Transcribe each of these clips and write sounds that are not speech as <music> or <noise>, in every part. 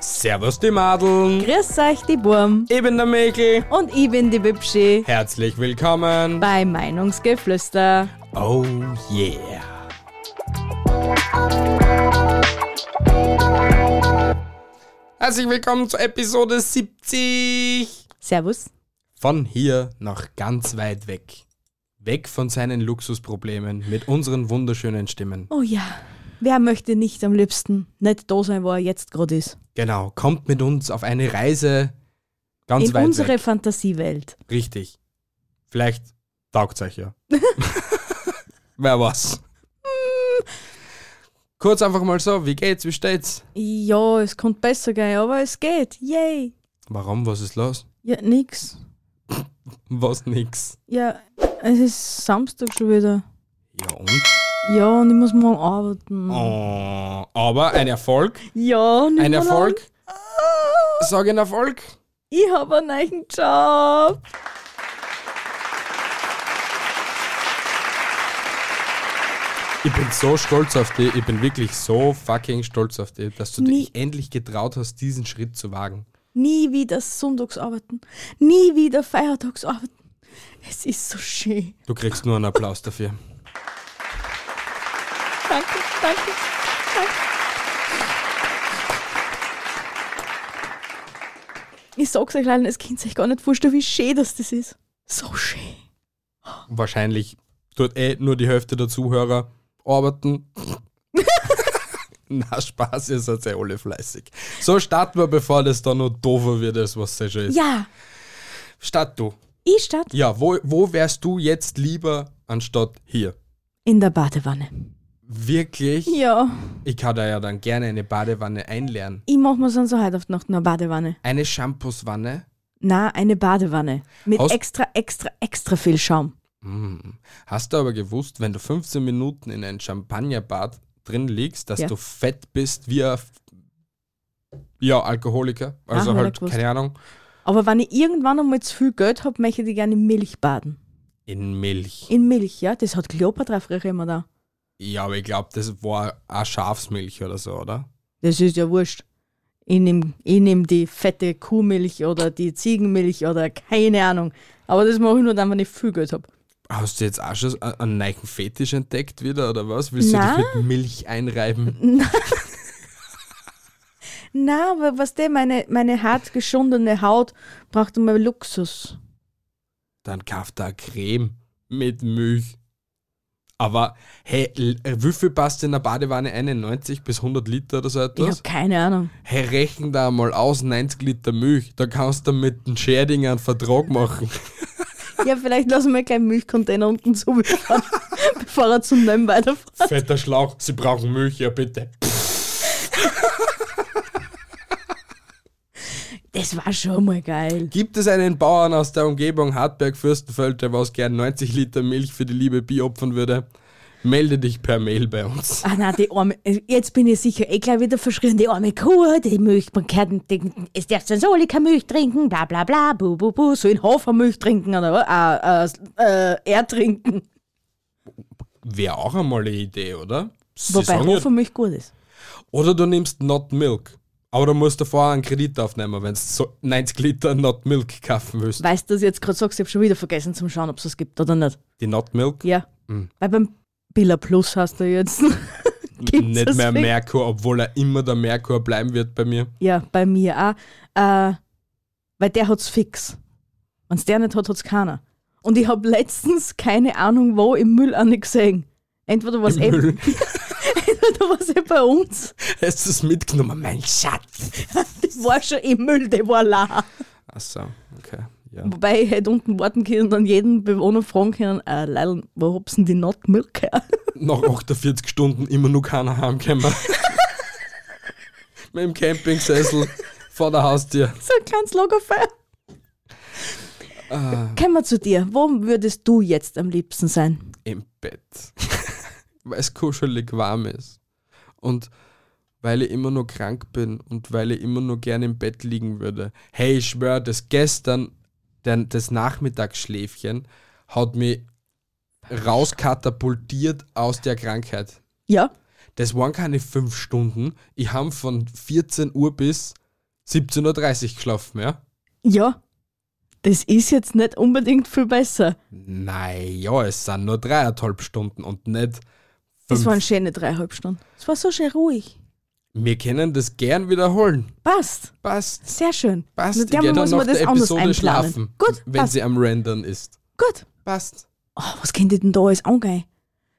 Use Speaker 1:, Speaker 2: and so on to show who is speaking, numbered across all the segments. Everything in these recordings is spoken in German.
Speaker 1: Servus die Madeln,
Speaker 2: Grüß euch, die Burm.
Speaker 1: ich bin der Mäkel.
Speaker 2: Und ich bin die Bibschi
Speaker 1: Herzlich willkommen.
Speaker 2: bei Meinungsgeflüster.
Speaker 1: Oh yeah. Herzlich willkommen zur Episode 70.
Speaker 2: Servus.
Speaker 1: Von hier nach ganz weit weg. Weg von seinen Luxusproblemen mit unseren wunderschönen Stimmen.
Speaker 2: Oh ja, wer möchte nicht am liebsten nicht da sein, wo er jetzt gerade ist?
Speaker 1: Genau, kommt mit uns auf eine Reise ganz
Speaker 2: In
Speaker 1: weit
Speaker 2: unsere
Speaker 1: weg.
Speaker 2: Fantasiewelt.
Speaker 1: Richtig. Vielleicht taugt euch ja. <laughs> Wer was? Hm. Kurz einfach mal so, wie geht's, wie steht's?
Speaker 2: Ja, es könnte besser gehen, aber es geht. Yay.
Speaker 1: Warum, was ist los?
Speaker 2: Ja, nix.
Speaker 1: Was nix.
Speaker 2: Ja, es ist Samstag schon wieder.
Speaker 1: Ja und?
Speaker 2: Ja, und ich muss morgen arbeiten.
Speaker 1: Oh, aber ein Erfolg,
Speaker 2: Ja, nicht
Speaker 1: ein
Speaker 2: mehr
Speaker 1: Erfolg,
Speaker 2: lang.
Speaker 1: sag ein Erfolg.
Speaker 2: Ich habe einen neuen Job.
Speaker 1: Ich bin so stolz auf dich, ich bin wirklich so fucking stolz auf dich, dass du
Speaker 2: Nie-
Speaker 1: dich endlich getraut hast, diesen Schritt zu wagen.
Speaker 2: Nie wieder sonntags arbeiten. Nie wieder feiertags arbeiten. Es ist so schön.
Speaker 1: Du kriegst nur einen Applaus dafür.
Speaker 2: Danke, danke. Ich sag's euch leider, es könnt euch gar nicht vorstellen, wie schön das, das ist. So schön.
Speaker 1: wahrscheinlich tut eh nur die Hälfte der Zuhörer arbeiten. Na, Spaß, ihr seid ja alle fleißig. So starten wir, bevor das dann noch doofer wird, als was es schon ist.
Speaker 2: Ja,
Speaker 1: Statt du.
Speaker 2: ich statt
Speaker 1: Ja, wo, wo wärst du jetzt lieber anstatt hier?
Speaker 2: in der Badewanne.
Speaker 1: Wirklich?
Speaker 2: Ja,
Speaker 1: Ich kann da ja dann gerne eine Badewanne einlernen.
Speaker 2: ich mach mir sonst so heute auf die Nacht noch eine Badewanne.
Speaker 1: Eine Shampooswanne?
Speaker 2: Na, eine Badewanne. Mit
Speaker 1: Hast-
Speaker 2: extra, extra, extra viel Schaum.
Speaker 1: Hm. Hast du aber gewusst, wenn du 15 Minuten in ein Champagnerbad drin liegst, dass
Speaker 2: Ja.
Speaker 1: du fett bist wie ein F- ja, Alkoholiker? Also
Speaker 2: Ach,
Speaker 1: halt,
Speaker 2: gewusst.
Speaker 1: keine Ahnung,
Speaker 2: Aber wenn ich irgendwann einmal zu viel Geld hab, möchte ich gerne in Milch baden.
Speaker 1: in Milch.
Speaker 2: In Milch, ja? Das hat Kleopatra früher immer da.
Speaker 1: Ja, aber ich glaube, das war auch Schafsmilch oder so, oder?
Speaker 2: Das ist ja wurscht. Ich nehme ich nehm die fette Kuhmilch oder die Ziegenmilch oder keine Ahnung. Aber das mache ich nur dann, wenn ich viel Geld habe.
Speaker 1: Hast du jetzt auch schon a- einen neuen Fetisch entdeckt wieder, oder was? Willst du
Speaker 2: Na.
Speaker 1: dich mit Milch einreiben?
Speaker 2: Na, aber was der meine, meine hart geschundene Haut braucht immer Luxus.
Speaker 1: Dann kauf da Creme mit Milch. Aber, hey, l- äh, wie viel passt in der Badewanne ein? 90 bis 100 Liter oder so
Speaker 2: Ich
Speaker 1: etwas?
Speaker 2: habe keine <laughs> Ahnung.
Speaker 1: Hey, rechnen da mal aus 90 Liter Milch. Da kannst du mit dem Scherdinger einen Vertrag machen.
Speaker 2: Ja, vielleicht lassen wir gleich einen Milchcontainer unten zu, <laughs> bevor, bevor er zum Neuen weiterfährt.
Speaker 1: <laughs> Fetter Schlauch, Sie brauchen Milch, ja bitte.
Speaker 2: Das war schon mal geil.
Speaker 1: Gibt es einen Bauern aus der Umgebung Hartberg-Fürstenfeld, der was gern 90 Liter Milch für die liebe Bi opfern würde? Melde dich per Mail bei uns.
Speaker 2: Ah nein, die arme, jetzt bin ich sicher eh gleich wieder verschrien, die arme Kuh, die Milch, man kann denken, es darf dann so keine Milch trinken, bla bla bla, bu bu bu, so in Hafermilch trinken oder was? äh, äh, äh, er trinken.
Speaker 1: Wäre auch einmal eine Idee, oder? Sie
Speaker 2: Wobei
Speaker 1: sagen ja-
Speaker 2: Hafermilch gut ist.
Speaker 1: oder du nimmst Not Milk. Aber du musst davor einen Kredit aufnehmen, wenn du so 90 Liter Not Milk kaufen willst.
Speaker 2: Weißt du, dass ich jetzt gerade sagst, ich habe schon wieder vergessen zum Schauen, ob es es gibt oder nicht.
Speaker 1: Die Not Milk?
Speaker 2: Ja.
Speaker 1: Hm.
Speaker 2: Weil beim Billa Plus hast du jetzt. <laughs> Gibt's
Speaker 1: nicht
Speaker 2: das
Speaker 1: mehr
Speaker 2: wirklich?
Speaker 1: Merkur, obwohl er immer der Merkur bleiben wird bei mir.
Speaker 2: Ja, bei mir auch. Äh, weil der hat's fix. Wenn's der nicht hat, hat's keiner. Und ich habe letztens keine Ahnung wo im Müll auch nicht gesehen. Entweder war's
Speaker 1: Im
Speaker 2: eh,
Speaker 1: Müll.
Speaker 2: <laughs> entweder war's eh bei uns,
Speaker 1: Hast du es mitgenommen, mein Schatz?
Speaker 2: die war schon im Müll, die war la.
Speaker 1: Achso, okay. Ja.
Speaker 2: Wobei ich hätte unten warten können und dann jeden Bewohner fragen können, äh, Leil, wo hab's denn die Nattmilch her? <laughs>
Speaker 1: Nach 48 <laughs> Stunden immer noch keiner heimgekommen. Mit dem Campingsessel vor der Haustür.
Speaker 2: So ein kleines Lagerfeuer.
Speaker 1: Ah.
Speaker 2: Kommen wir zu dir. Wo würdest du jetzt am liebsten sein?
Speaker 1: Im Bett. weil es kuschelig warm ist. Und weil ich immer nur krank bin und weil ich immer nur gerne im Bett liegen würde. Hey, ich schwör, das gestern, denn das Nachmittagsschläfchen hat mich rauskatapultiert aus der Krankheit.
Speaker 2: Ja,
Speaker 1: Das waren keine fünf Stunden. Ich habe von 14 Uhr bis 17.30 Uhr geschlafen, ja?
Speaker 2: ja. Das ist jetzt nicht unbedingt viel besser.
Speaker 1: Naja, es sind nur dreieinhalb Stunden und nicht
Speaker 2: Das
Speaker 1: fünf.
Speaker 2: waren schöne dreieinhalb Stunden. Es war so schön ruhig.
Speaker 1: Wir können das gern wiederholen.
Speaker 2: Passt.
Speaker 1: Passt.
Speaker 2: Sehr schön.
Speaker 1: Passt.
Speaker 2: Mit dem muss man das anders einplanen. Gut,
Speaker 1: wenn
Speaker 2: passt.
Speaker 1: sie am Rendern ist.
Speaker 2: Gut.
Speaker 1: Passt.
Speaker 2: Oh, was könnte ich denn da alles angehen?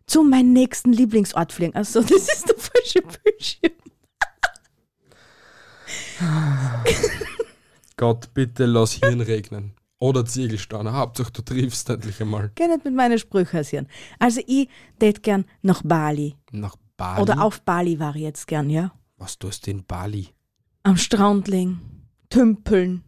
Speaker 2: Zu meinem nächsten Lieblingsort fliegen. Also, <laughs> das ist der falsche Bildschirm.
Speaker 1: Gott, bitte lass <laughs> Hirn regnen. Oder Ziegelsteine. Hauptsache, du triffst endlich einmal.
Speaker 2: Geh nicht mit meinen Sprüchen hausieren. Also, ich tät gern nach Bali.
Speaker 1: Nach Bali.
Speaker 2: Oder auf Bali war ich jetzt gern, ja.
Speaker 1: Was tust du in Bali?
Speaker 2: Am Strand liegen, tümpeln.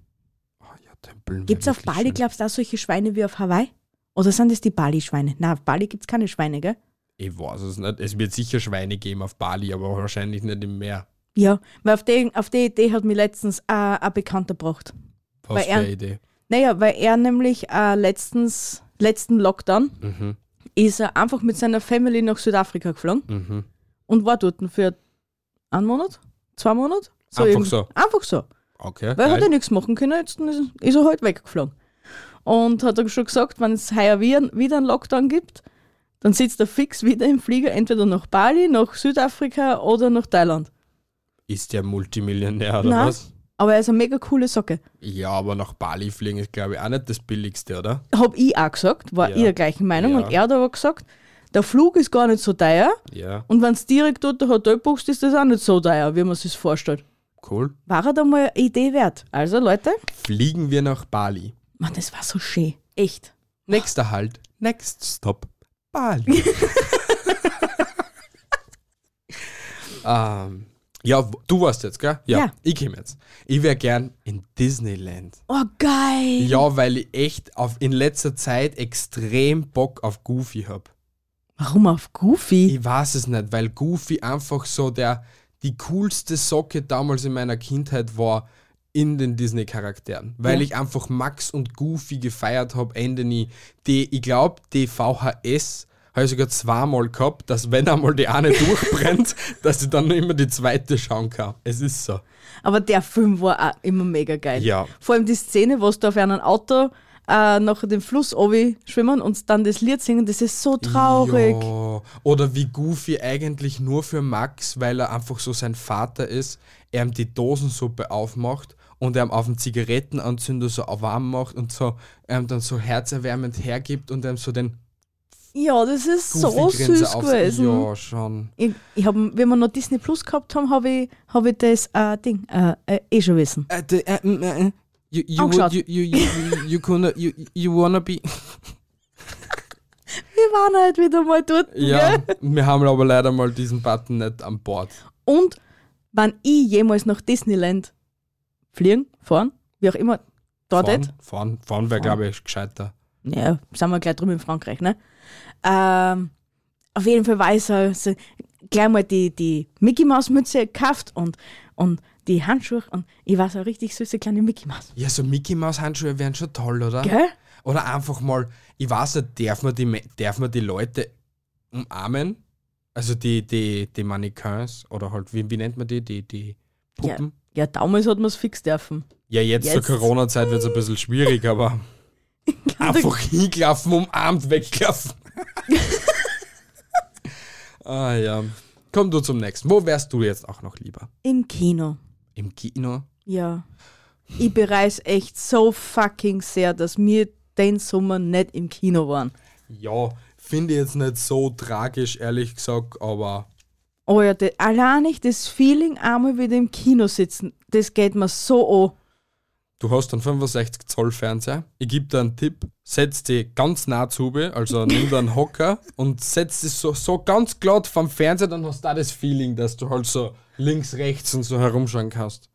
Speaker 1: Oh ja, Tempel.
Speaker 2: Gibt's auf Bali, glaubst du, auch solche Schweine wie auf Hawaii? Oder sind das die Bali-Schweine? Na, auf Bali gibt's keine Schweine, gell?
Speaker 1: Ich weiß es nicht. Es wird sicher Schweine geben auf Bali, aber wahrscheinlich nicht im Meer.
Speaker 2: Ja, weil auf die, auf die Idee hat mir letztens äh, ein Bekannter gebracht.
Speaker 1: Was für
Speaker 2: er-
Speaker 1: eine Idee.
Speaker 2: Naja, weil er nämlich äh, letztens, letzten Lockdown,
Speaker 1: Mhm.
Speaker 2: ist er einfach mit seiner Family nach Südafrika geflogen
Speaker 1: Mhm.
Speaker 2: und war dort für einen Monat, zwei Monate.
Speaker 1: Einfach
Speaker 2: irgend-
Speaker 1: so.
Speaker 2: Einfach so.
Speaker 1: Okay.
Speaker 2: Weil er hat ja
Speaker 1: geil.
Speaker 2: nichts machen können, jetzt ist ist er halt weggeflogen. Und hat er schon gesagt, wenn es heuer wieder wieder einen Lockdown gibt, dann sitzt er fix wieder im Flieger, entweder nach Bali, nach Südafrika oder nach Thailand.
Speaker 1: Ist der Multimillionär oder
Speaker 2: Nein.
Speaker 1: was?
Speaker 2: Aber er ist eine mega coole Socke.
Speaker 1: Ja, aber nach Bali fliegen ist, glaube ich, auch nicht das Billigste, oder?
Speaker 2: Hab ich auch gesagt, war
Speaker 1: Ja.
Speaker 2: ich der gleichen Meinung.
Speaker 1: Ja.
Speaker 2: Und er hat aber gesagt, der Flug ist gar nicht so teuer
Speaker 1: Ja.
Speaker 2: und wenn es direkt dort ein Hotel buchst, ist das auch nicht so teuer, wie man sich vorstellt.
Speaker 1: Cool.
Speaker 2: War er da mal eine Idee wert? Also Leute,
Speaker 1: Fliegen wir nach Bali.
Speaker 2: Mann, das war so schön. Echt.
Speaker 1: Nächster Halt. Next Stop.
Speaker 2: <laughs>
Speaker 1: Bali. ähm, ja, w- du warst jetzt, gell?
Speaker 2: Ja.
Speaker 1: Ich käme jetzt. Ich wäre gern in Disneyland.
Speaker 2: Oh, geil.
Speaker 1: Ja, weil ich echt auf, in letzter Zeit extrem Bock auf Goofy habe.
Speaker 2: Warum auf Goofy?
Speaker 1: Ich weiß es nicht, weil Goofy einfach so der die coolste Socke damals in meiner Kindheit war in den Disney-Charakteren, weil
Speaker 2: Ja.
Speaker 1: ich einfach Max und Goofy gefeiert habe, Ende nie. Die, ich glaube, die VHS habe ich sogar zweimal gehabt, dass wenn einmal die eine <laughs> durchbrennt, dass ich dann noch immer die zweite schauen kann. Es ist so.
Speaker 2: Aber der Film war auch immer mega geil.
Speaker 1: Ja.
Speaker 2: Vor allem die Szene, wo du auf einem Auto äh, nach dem Fluss obi schwimmen und dann das Lied singen, das ist so traurig.
Speaker 1: Ja. Oder wie Goofy eigentlich nur für Max, weil er einfach so sein Vater ist, er ihm die Dosensuppe aufmacht und er ihm auf den Zigarettenanzünder so warm macht und so er ihm dann so herzerwärmend hergibt und er ihm so den
Speaker 2: Ja, das ist so
Speaker 1: Goofy-Grinser
Speaker 2: süß
Speaker 1: aufs-
Speaker 2: gewesen.
Speaker 1: Ja, schon.
Speaker 2: Ich, ich hab, wenn wir noch Disney Plus gehabt haben, habe ich, hab ich das äh, Ding äh, äh, eh schon wissen.
Speaker 1: Äh, de, äh, mm, äh, äh. You, you,
Speaker 2: Angeschaut.
Speaker 1: would- you, you, you, you, you, gonna, you, you wanna be.
Speaker 2: Wir waren halt wieder mal dort.
Speaker 1: Ja,
Speaker 2: gell?
Speaker 1: wir haben aber leider mal diesen Button nicht an Bord.
Speaker 2: Und wenn ich jemals nach Disneyland fliegen, fahren, wie auch immer, dort hätte,
Speaker 1: Fahren, fahren, fahren wäre, glaube ich, gescheiter.
Speaker 2: Ja, sind wir gleich drüben in Frankreich, ne? Ähm, auf jeden Fall war ich so, so gleich mal die, die Mickey Maus Mütze gekauft und, und die Handschuhe und ich war so eine richtig süße kleine Mickey Maus.
Speaker 1: Ja, so Mickey Maus Handschuhe wären schon toll, oder?
Speaker 2: Gell?
Speaker 1: Oder einfach mal, ich weiß nicht, darf man die, Me- darf man die Leute umarmen? Also die, die, die Mannequins oder halt, wie, wie nennt man die? Die, die Puppen?
Speaker 2: Ja, damals hat man es fix dürfen.
Speaker 1: Ja, jetzt, zur
Speaker 2: Jetzt.
Speaker 1: Corona-Zeit wird es ein bisschen schwierig,
Speaker 2: <laughs>
Speaker 1: aber einfach hingelaufen, umarmt,
Speaker 2: <laughs>
Speaker 1: weggelaufen. ah ja. Komm du zum nächsten. Wo wärst du jetzt auch noch lieber?
Speaker 2: Im Kino.
Speaker 1: Im Kino?
Speaker 2: Ja. Ich bereise echt so fucking sehr, dass wir den Sommer nicht im Kino waren.
Speaker 1: Ja, finde ich jetzt nicht so tragisch, ehrlich gesagt, aber
Speaker 2: Oh ja, de, allein nicht das Feeling, einmal wieder im Kino sitzen, das geht mir so an.
Speaker 1: Du hast einen 65 Zoll Fernseher. Ich gebe dir einen Tipp. Setz dich ganz nah zu, mir, also nimm dir einen
Speaker 2: <laughs>
Speaker 1: Hocker und setz dich so, so ganz glatt vom Fernseher, dann hast du auch das Feeling, dass du halt so links, rechts und so herumschauen kannst.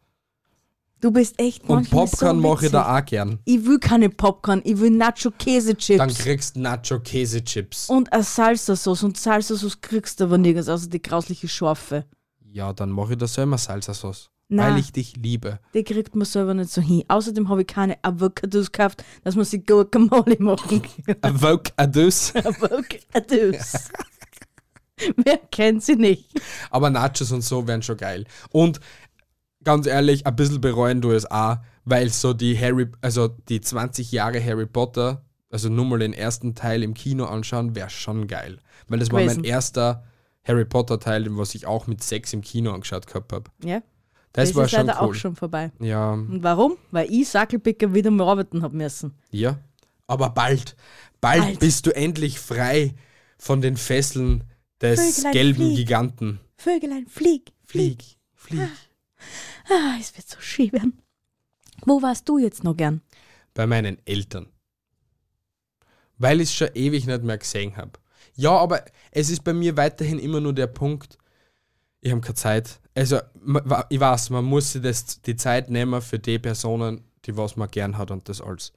Speaker 2: Du bist echt
Speaker 1: Und
Speaker 2: manchmal so
Speaker 1: Popcorn mache ich
Speaker 2: witzig.
Speaker 1: da auch gern.
Speaker 2: Ich will keine Popcorn, ich will
Speaker 1: Dann
Speaker 2: Nacho-Käse-Chips.
Speaker 1: kriegst Nacho-Käse-Chips.
Speaker 2: Und eine Salsa-Sauce. Und Salsa-Sauce kriegst du aber nirgends, außer die grausliche Schorfe.
Speaker 1: Ja, dann mache ich da selber Salsa-Sauce.
Speaker 2: Na.
Speaker 1: Weil ich dich liebe.
Speaker 2: Die kriegt man selber nicht so hin. Außerdem habe ich keine Avocados gekauft, dass man sie Guacamole machen
Speaker 1: <laughs>
Speaker 2: kann.
Speaker 1: Avocados.
Speaker 2: Avocados. Wer kennt sie nicht?
Speaker 1: Aber Nachos und so wären schon geil. Und ganz ehrlich, ein bisschen bereuen du es auch, weil so die Harry, also die 20 Jahre Harry Potter, also nur mal den ersten Teil im Kino anschauen, wäre schon geil. Weil das war mein
Speaker 2: Gewesen.
Speaker 1: erster Harry Potter Teil, den was ich auch mit sechs im Kino angeschaut gehabt habe.
Speaker 2: Ja,
Speaker 1: Das,
Speaker 2: das
Speaker 1: war
Speaker 2: ist
Speaker 1: schon
Speaker 2: leider
Speaker 1: cool.
Speaker 2: auch schon vorbei.
Speaker 1: Ja,
Speaker 2: Und warum? Weil ich Sackelpicker wieder mal arbeiten habe müssen.
Speaker 1: ja. Aber bald, bald,
Speaker 2: Bald.
Speaker 1: bist du endlich frei von den Fesseln des
Speaker 2: Vöglein,
Speaker 1: gelben
Speaker 2: flieg.
Speaker 1: Giganten.
Speaker 2: Vögelein, flieg, flieg.
Speaker 1: Flieg, flieg.
Speaker 2: Ah, es wird so schön werden. Wo warst du jetzt noch gern?
Speaker 1: bei meinen Eltern. Weil ich es schon ewig nicht mehr gesehen habe. Ja, aber es ist bei mir weiterhin immer nur der Punkt, ich habe keine Zeit. Also, ma- wa- ich weiß, man muss sich das, die Zeit nehmen für die Personen, die was man gern hat und das alles.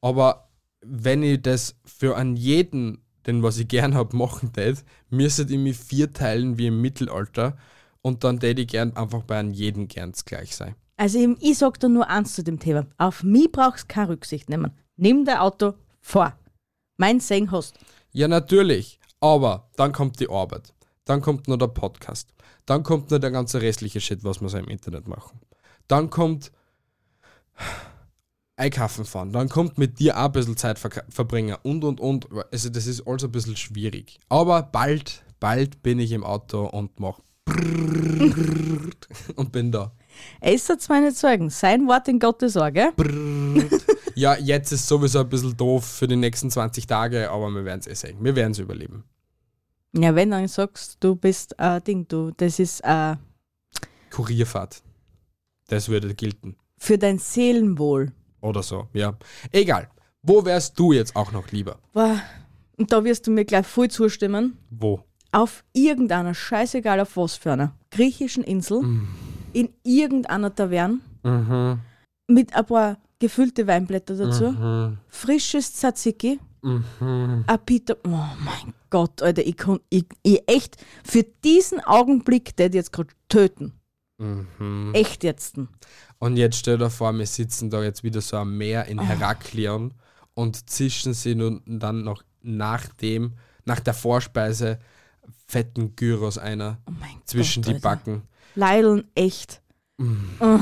Speaker 1: Aber wenn ich das für an jeden, den was ich gern habe, machen tät, müsste ich mich vier teilen wie im Mittelalter und dann tät ich gern einfach bei an jedem gern gleich sein.
Speaker 2: Also eben, ich sag dir nur eins zu dem Thema. Auf mich brauchst du keine Rücksicht nehmen. Nimm dein Auto vor. Mein Segen hast.
Speaker 1: Ja, natürlich. Aber dann kommt die Arbeit. Dann kommt noch der Podcast. Dann kommt noch der ganze restliche Shit, was wir so im Internet machen. Dann kommt Einkaufen fahren. Dann kommt mit dir auch ein bisschen Zeit verk- verbringen und und und. Also, das ist alles ein bisschen schwierig. Aber bald, bald bin ich im Auto und mach <laughs> und bin da.
Speaker 2: Es hat meine Zeugen. Sein Wort in Gottes Ohr, gell?
Speaker 1: Ja, jetzt ist sowieso ein bisschen doof für die nächsten 20 Tage, aber wir werden es eh sehen. Wir werden es überleben.
Speaker 2: Ja, wenn dann sagst du bist äh, Ding, du, das ist äh,
Speaker 1: Kurierfahrt. Das würde gelten.
Speaker 2: für dein Seelenwohl.
Speaker 1: Oder so, ja. Egal. Wo wärst du jetzt auch noch lieber?
Speaker 2: Boah. Und da wirst du mir gleich voll zustimmen.
Speaker 1: Wo?
Speaker 2: Auf irgendeiner, scheißegal auf was für einer, griechischen Insel, in irgendeiner Taverne,
Speaker 1: Mhm.
Speaker 2: mit ein paar gefüllte Weinblätter dazu,
Speaker 1: Mhm.
Speaker 2: frisches Tzatziki,
Speaker 1: Mhm.
Speaker 2: ein Pita. Oh mein Gott, Alter, ich kann, ich, ich echt, für diesen Augenblick, der jetzt gerade töten.
Speaker 1: Mhm.
Speaker 2: Echt jetzt. Oh
Speaker 1: Und jetzt stell dir vor, wir sitzen da jetzt wieder so am Meer in Heraklion und zischen sie nun dann noch nach dem, nach der Vorspeise fetten Gyros einer
Speaker 2: Oh mein
Speaker 1: zwischen
Speaker 2: Gott,
Speaker 1: die
Speaker 2: Alter.
Speaker 1: Backen. Mhm.
Speaker 2: Leideln echt. Ugh.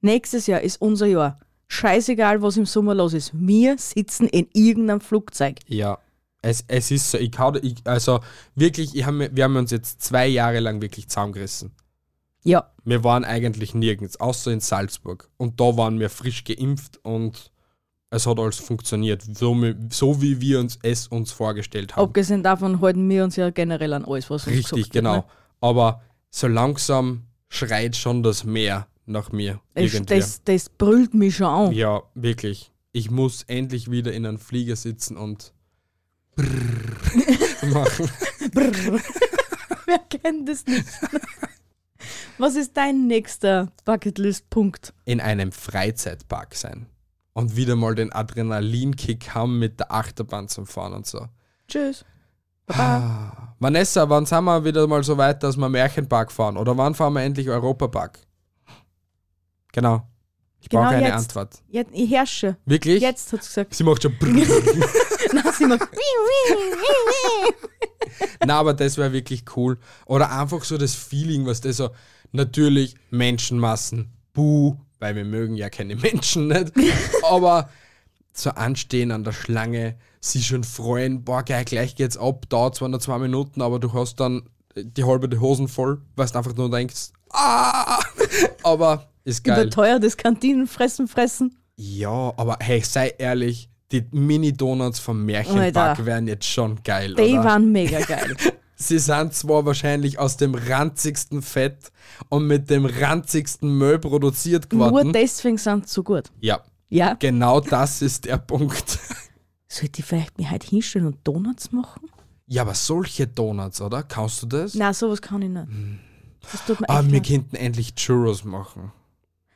Speaker 2: Nächstes Jahr ist unser Jahr. Scheißegal, was im Sommer los ist. Wir sitzen in irgendeinem Flugzeug.
Speaker 1: Ja. Es, es ist so, ich kann, ich, also wirklich, ich hab, mir- wir haben uns jetzt zwei Jahre lang wirklich zusammengerissen.
Speaker 2: Ja,
Speaker 1: Wir waren eigentlich nirgends, außer in Salzburg. Und da waren wir frisch geimpft und es hat alles funktioniert, so, mi- so wie wir uns es uns vorgestellt haben.
Speaker 2: abgesehen davon halten wir uns ja generell an alles, was uns gesagt
Speaker 1: Richtig,
Speaker 2: wird,
Speaker 1: genau.
Speaker 2: Ne?
Speaker 1: Aber so langsam schreit schon das Meer nach mir.
Speaker 2: Es,
Speaker 1: irgendwie.
Speaker 2: das, das brüllt mich schon an.
Speaker 1: Ja, wirklich. Ich muss endlich wieder in einem Flieger sitzen und <laughs> machen.
Speaker 2: Brrr. <laughs> Wer kennt das nicht? was ist dein nächster Bucketlist-Punkt?
Speaker 1: in einem Freizeitpark sein. Und wieder mal den Adrenalinkick haben, mit der Achterbahn zum Fahren und so.
Speaker 2: Tschüss. Baba.
Speaker 1: Ah. Vanessa, wann sind wir wieder mal so weit, dass wir Märchenpark fahren? Oder wann fahren wir endlich Europapark? Genau. Ich
Speaker 2: Genau
Speaker 1: brauche eine
Speaker 2: jetzt.
Speaker 1: Antwort.
Speaker 2: Ja, ich herrsche.
Speaker 1: Wirklich?
Speaker 2: Jetzt hat sie gesagt. <laughs>
Speaker 1: Sie macht schon. brrr.
Speaker 2: Nein, sie <laughs> macht.
Speaker 1: Na, aber das wäre wirklich cool. Oder einfach so das Feeling, was das so. Natürlich Menschenmassen. Buh, weil wir mögen ja keine Menschen
Speaker 2: <laughs>
Speaker 1: nicht. Aber so anstehen an der Schlange, sich schon freuen, boah, geil, gleich geht's ab, dauert zwar nur zwei Minuten, aber du hast dann die halbe die Hosen voll, weil du einfach nur denkst, ah, <laughs> aber ist geil.
Speaker 2: Überteuertes Kantinenfressen fressen.
Speaker 1: Ja, aber hey, sei ehrlich, die Mini-Donuts vom Märchenpark
Speaker 2: Alter.
Speaker 1: wären jetzt schon geil,
Speaker 2: Die
Speaker 1: oder?
Speaker 2: waren
Speaker 1: <laughs>
Speaker 2: mega geil.
Speaker 1: Sie sind zwar wahrscheinlich aus dem ranzigsten Fett und mit dem ranzigsten Müll produziert
Speaker 2: Nur
Speaker 1: geworden.
Speaker 2: deswegen sind sie so gut.
Speaker 1: Ja,
Speaker 2: Ja?
Speaker 1: genau das ist der Punkt. <laughs>
Speaker 2: Sollte ich vielleicht mir halt hinstellen und Donuts machen?
Speaker 1: Ja, aber solche Donuts, oder? Kannst du das?
Speaker 2: Nein, sowas kann ich nicht. Das tut mir
Speaker 1: Hm. Ah,
Speaker 2: echt
Speaker 1: wir
Speaker 2: leid.
Speaker 1: könnten endlich Churros machen.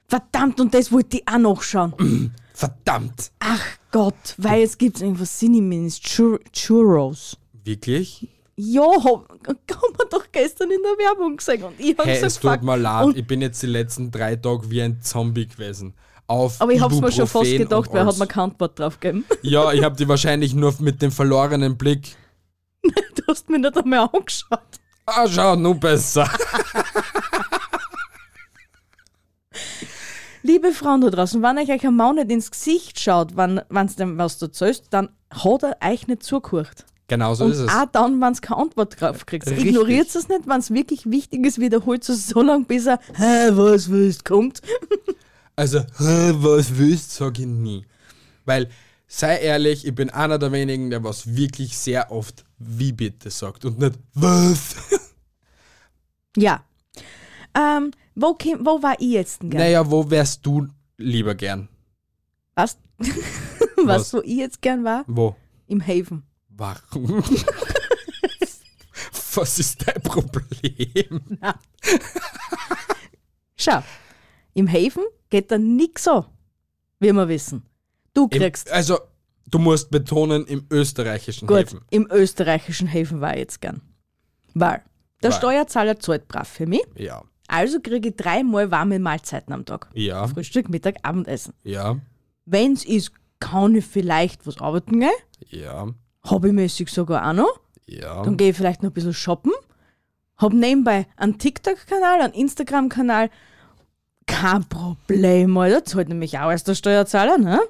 Speaker 2: Verdammt, und das wollte ich auch nachschauen.
Speaker 1: Verdammt!
Speaker 2: Ach Gott, weil es gibt irgendwas Cinnamins, Chur Churros.
Speaker 1: Wirklich?
Speaker 2: Ja, hab, haben wir doch gestern in der Werbung gesehen. Und ich hab
Speaker 1: Hey,
Speaker 2: gesagt,
Speaker 1: es tut
Speaker 2: fuck.
Speaker 1: mir leid,
Speaker 2: Und,
Speaker 1: ich bin jetzt die letzten drei Tage wie ein Zombie gewesen. Auf
Speaker 2: aber ich hab's mir schon fast
Speaker 1: Ibuprofen
Speaker 2: gedacht,
Speaker 1: und
Speaker 2: weil er hat
Speaker 1: alles.
Speaker 2: mir kein Antwort drauf gegeben. <laughs>
Speaker 1: Ja, ich hab die wahrscheinlich nur mit dem verlorenen Blick.
Speaker 2: Du hast mich nicht einmal angeschaut.
Speaker 1: Ah, schau, nur
Speaker 2: <laughs>
Speaker 1: besser.
Speaker 2: Liebe Frauen da draußen, wenn euch euch ein Mann nicht ins Gesicht schaut, wenn wenn's dem was erzählst, dann hat er euch nicht zugehört.
Speaker 1: Genau so
Speaker 2: Und
Speaker 1: ist es.
Speaker 2: auch dann, wenn es keine Antwort drauf kriegt.
Speaker 1: Richtig.
Speaker 2: Ignoriert es nicht, wenn es wirklich wichtig ist, wiederholt es so lange, bis er, hä, was willst, kommt.
Speaker 1: Also, <laughs> "Hä, was willst, sag ich nie. Weil, sei ehrlich, ich bin einer der wenigen, der was wirklich sehr oft wie bitte sagt und nicht was.
Speaker 2: Ja. Ähm, wo, käm, wo war ich jetzt denn gern?
Speaker 1: Naja, wo wärst du lieber gern?
Speaker 2: Was? <laughs>
Speaker 1: Was? Hm.
Speaker 2: was, wo ich jetzt gern war?
Speaker 1: Wo?
Speaker 2: Im Haven.
Speaker 1: Warum?
Speaker 2: <laughs>
Speaker 1: was ist dein Problem?
Speaker 2: Schau, im Haven geht da nix so, wie wir wissen. Du
Speaker 1: Im,
Speaker 2: kriegst,
Speaker 1: also, du musst betonen, im österreichischen
Speaker 2: gut,
Speaker 1: Häfen.
Speaker 2: im österreichischen Hafen war ich jetzt gern. Weil, der
Speaker 1: Weil.
Speaker 2: Steuerzahler zahlt brav für mich,
Speaker 1: Ja,
Speaker 2: also kriege ich dreimal warme Mahlzeiten am Tag.
Speaker 1: ja,
Speaker 2: Frühstück, Mittag, Abendessen.
Speaker 1: ja,
Speaker 2: Wenn's ist, kann ich vielleicht was arbeiten gehen.
Speaker 1: ja,
Speaker 2: Hobbymäßig sogar auch noch.
Speaker 1: ja.
Speaker 2: Dann gehe ich vielleicht noch ein bisschen shoppen. Hab nebenbei einen TikTok-Kanal, einen Instagram-Kanal. Kein Problem, Alter. Zahlt nämlich auch als der Steuerzahler, ne?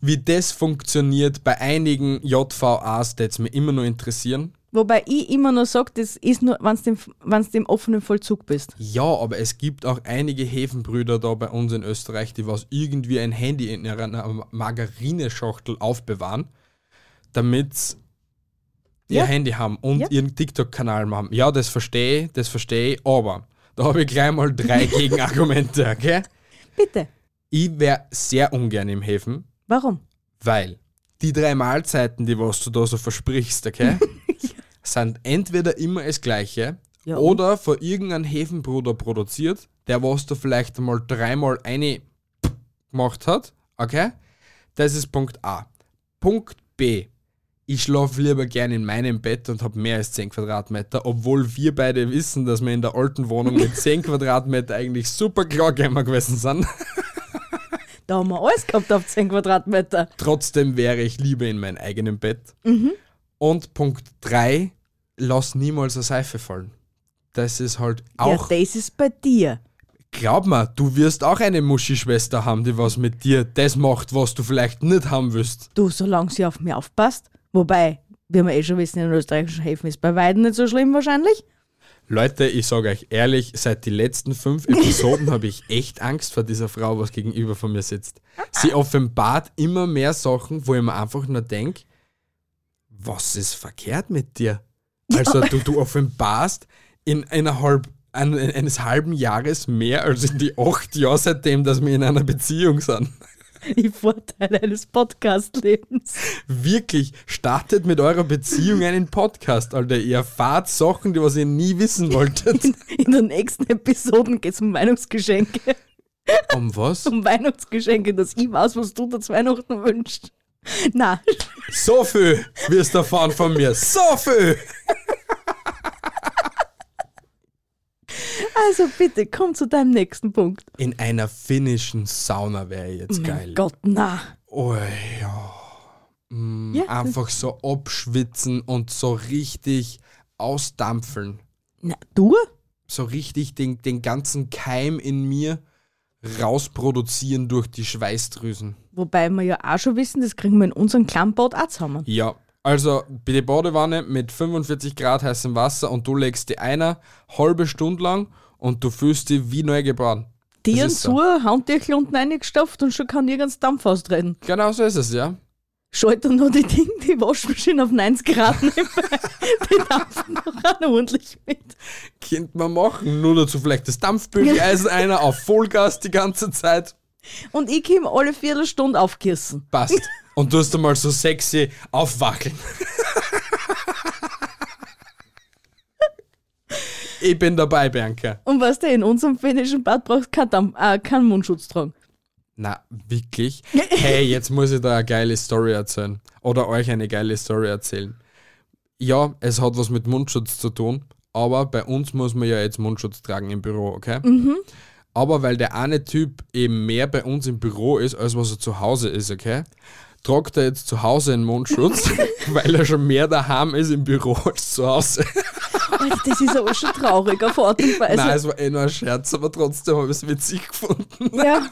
Speaker 1: Wie das funktioniert bei einigen JVAs, das mir immer nur interessieren.
Speaker 2: Wobei ich immer nur sage, das ist nur, wenn's dem, wenn's dem offenen Vollzug bist.
Speaker 1: Ja, aber es gibt auch einige Häfenbrüder da bei uns in Österreich, die was irgendwie ein Handy in ihrer Na- Margarineschachtel aufbewahren, damit ihr
Speaker 2: Ja.
Speaker 1: Handy haben und
Speaker 2: Ja.
Speaker 1: ihren TikTok-Kanal haben. Ja, das verstehe ich, das verstehe ich, aber da habe ich gleich mal
Speaker 2: <laughs>
Speaker 1: drei Gegenargumente, okay?
Speaker 2: Bitte.
Speaker 1: Ich wäre sehr ungern im Häfen,
Speaker 2: Warum?
Speaker 1: weil die drei Mahlzeiten, die was du da so versprichst, okay, sind entweder immer das gleiche
Speaker 2: Ja, und?
Speaker 1: oder von irgendeinem Hefenbruder produziert, der was da vielleicht einmal dreimal eine gemacht hat, okay? Das ist Punkt A. Punkt B. Ich schlafe lieber gern in meinem Bett und habe mehr als 10 Quadratmeter, obwohl wir beide wissen, dass wir in der alten Wohnung mit 10 Quadratmeter eigentlich super klar gewesen sind.
Speaker 2: Da haben wir alles gehabt auf 10 Quadratmeter.
Speaker 1: Trotzdem wäre ich lieber in meinem eigenen Bett. Und Punkt 3, lass niemals eine Seife fallen. Das ist halt auch,
Speaker 2: Ja, das ist bei dir.
Speaker 1: glaub mir, du wirst auch eine Muschi-Schwester haben, die was mit dir das macht, was du vielleicht nicht haben willst.
Speaker 2: Du, solange sie auf mich aufpasst. Wobei, wie wir eh schon wissen, in österreichischen Häfen ist bei Weitem nicht so schlimm wahrscheinlich.
Speaker 1: Leute, ich sage euch ehrlich, seit den letzten fünf Episoden habe ich echt Angst vor dieser Frau, was gegenüber von mir sitzt. Sie offenbart immer mehr Sachen, wo ich mir einfach nur denke, was ist verkehrt mit dir? Also du, du offenbarst in einer halb, an, eines halben Jahres mehr als in die acht Jahre seitdem, dass wir in einer Beziehung sind.
Speaker 2: <laughs> Die Vorteile eines Podcast-Lebens.
Speaker 1: Wirklich, startet mit eurer Beziehung einen Podcast, Alter. Ihr erfahrt Sachen, die was ihr nie wissen wolltet.
Speaker 2: In den nächsten Episoden geht es um Weihnachtsgeschenke.
Speaker 1: <laughs> Um was?
Speaker 2: Um Weihnachtsgeschenke, dass ich weiß, was du dir zu Weihnachten wünschst. Na,
Speaker 1: So viel wirst du erfahren von mir. So viel!
Speaker 2: also bitte, komm zu deinem nächsten Punkt.
Speaker 1: In einer finnischen Sauna wäre jetzt geil.
Speaker 2: Oh Mein Gott, na.
Speaker 1: Oh, ja. Mm,
Speaker 2: Ja, das-
Speaker 1: Einfach so abschwitzen und so richtig ausdampfeln.
Speaker 2: na. Du?
Speaker 1: So richtig den, den ganzen Keim in mir rausproduzieren durch die Schweißdrüsen.
Speaker 2: Wobei wir ja auch schon wissen, das kriegen wir in unserem kleinen Boot auch zusammen.
Speaker 1: Ja, also die Badewanne mit 45 Grad heißem Wasser und du legst die einer halbe Stunde lang und du fühlst dich wie neu geboren.
Speaker 2: Tieren
Speaker 1: ist so.
Speaker 2: zu, Handtüchel unten reingestopft und schon kann nirgends Dampf austreten.
Speaker 1: Genau so ist es, ja.
Speaker 2: schalte nur die Ding, die Waschmaschine auf 90 Grad <laughs> nebenbei. Die dampfen noch an ordentlich mit.
Speaker 1: Könnte man machen. Nur dazu vielleicht das Dampfbügeleisen einer auf Vollgas die ganze Zeit.
Speaker 2: Und ich komme alle Viertelstunde aufkissen.
Speaker 1: Passt. Und du hast einmal so sexy aufwackeln. Ich bin dabei, Bianca.
Speaker 2: Und weißt du, in unserem finnischen Bad brauchst du keinen, Dampf, äh, keinen Mundschutz tragen.
Speaker 1: Na, wirklich? Hey, jetzt muss ich da eine geile Story erzählen. Oder euch eine geile Story erzählen. Ja, es hat was mit Mundschutz zu tun, aber bei uns muss man ja jetzt Mundschutz tragen im Büro, okay?
Speaker 2: Mhm.
Speaker 1: Aber weil der eine Typ eben mehr bei uns im Büro ist, als was er zu Hause ist, okay? Tragt er jetzt zu Hause einen
Speaker 2: <laughs>
Speaker 1: Mundschutz, <laughs> weil er schon mehr daheim ist im Büro als zu Hause.
Speaker 2: Alter, das ist aber schon traurig auf eine Art und Weise.
Speaker 1: Nein, es war eh nur ein Scherz, aber trotzdem habe ich es witzig gefunden.
Speaker 2: ja.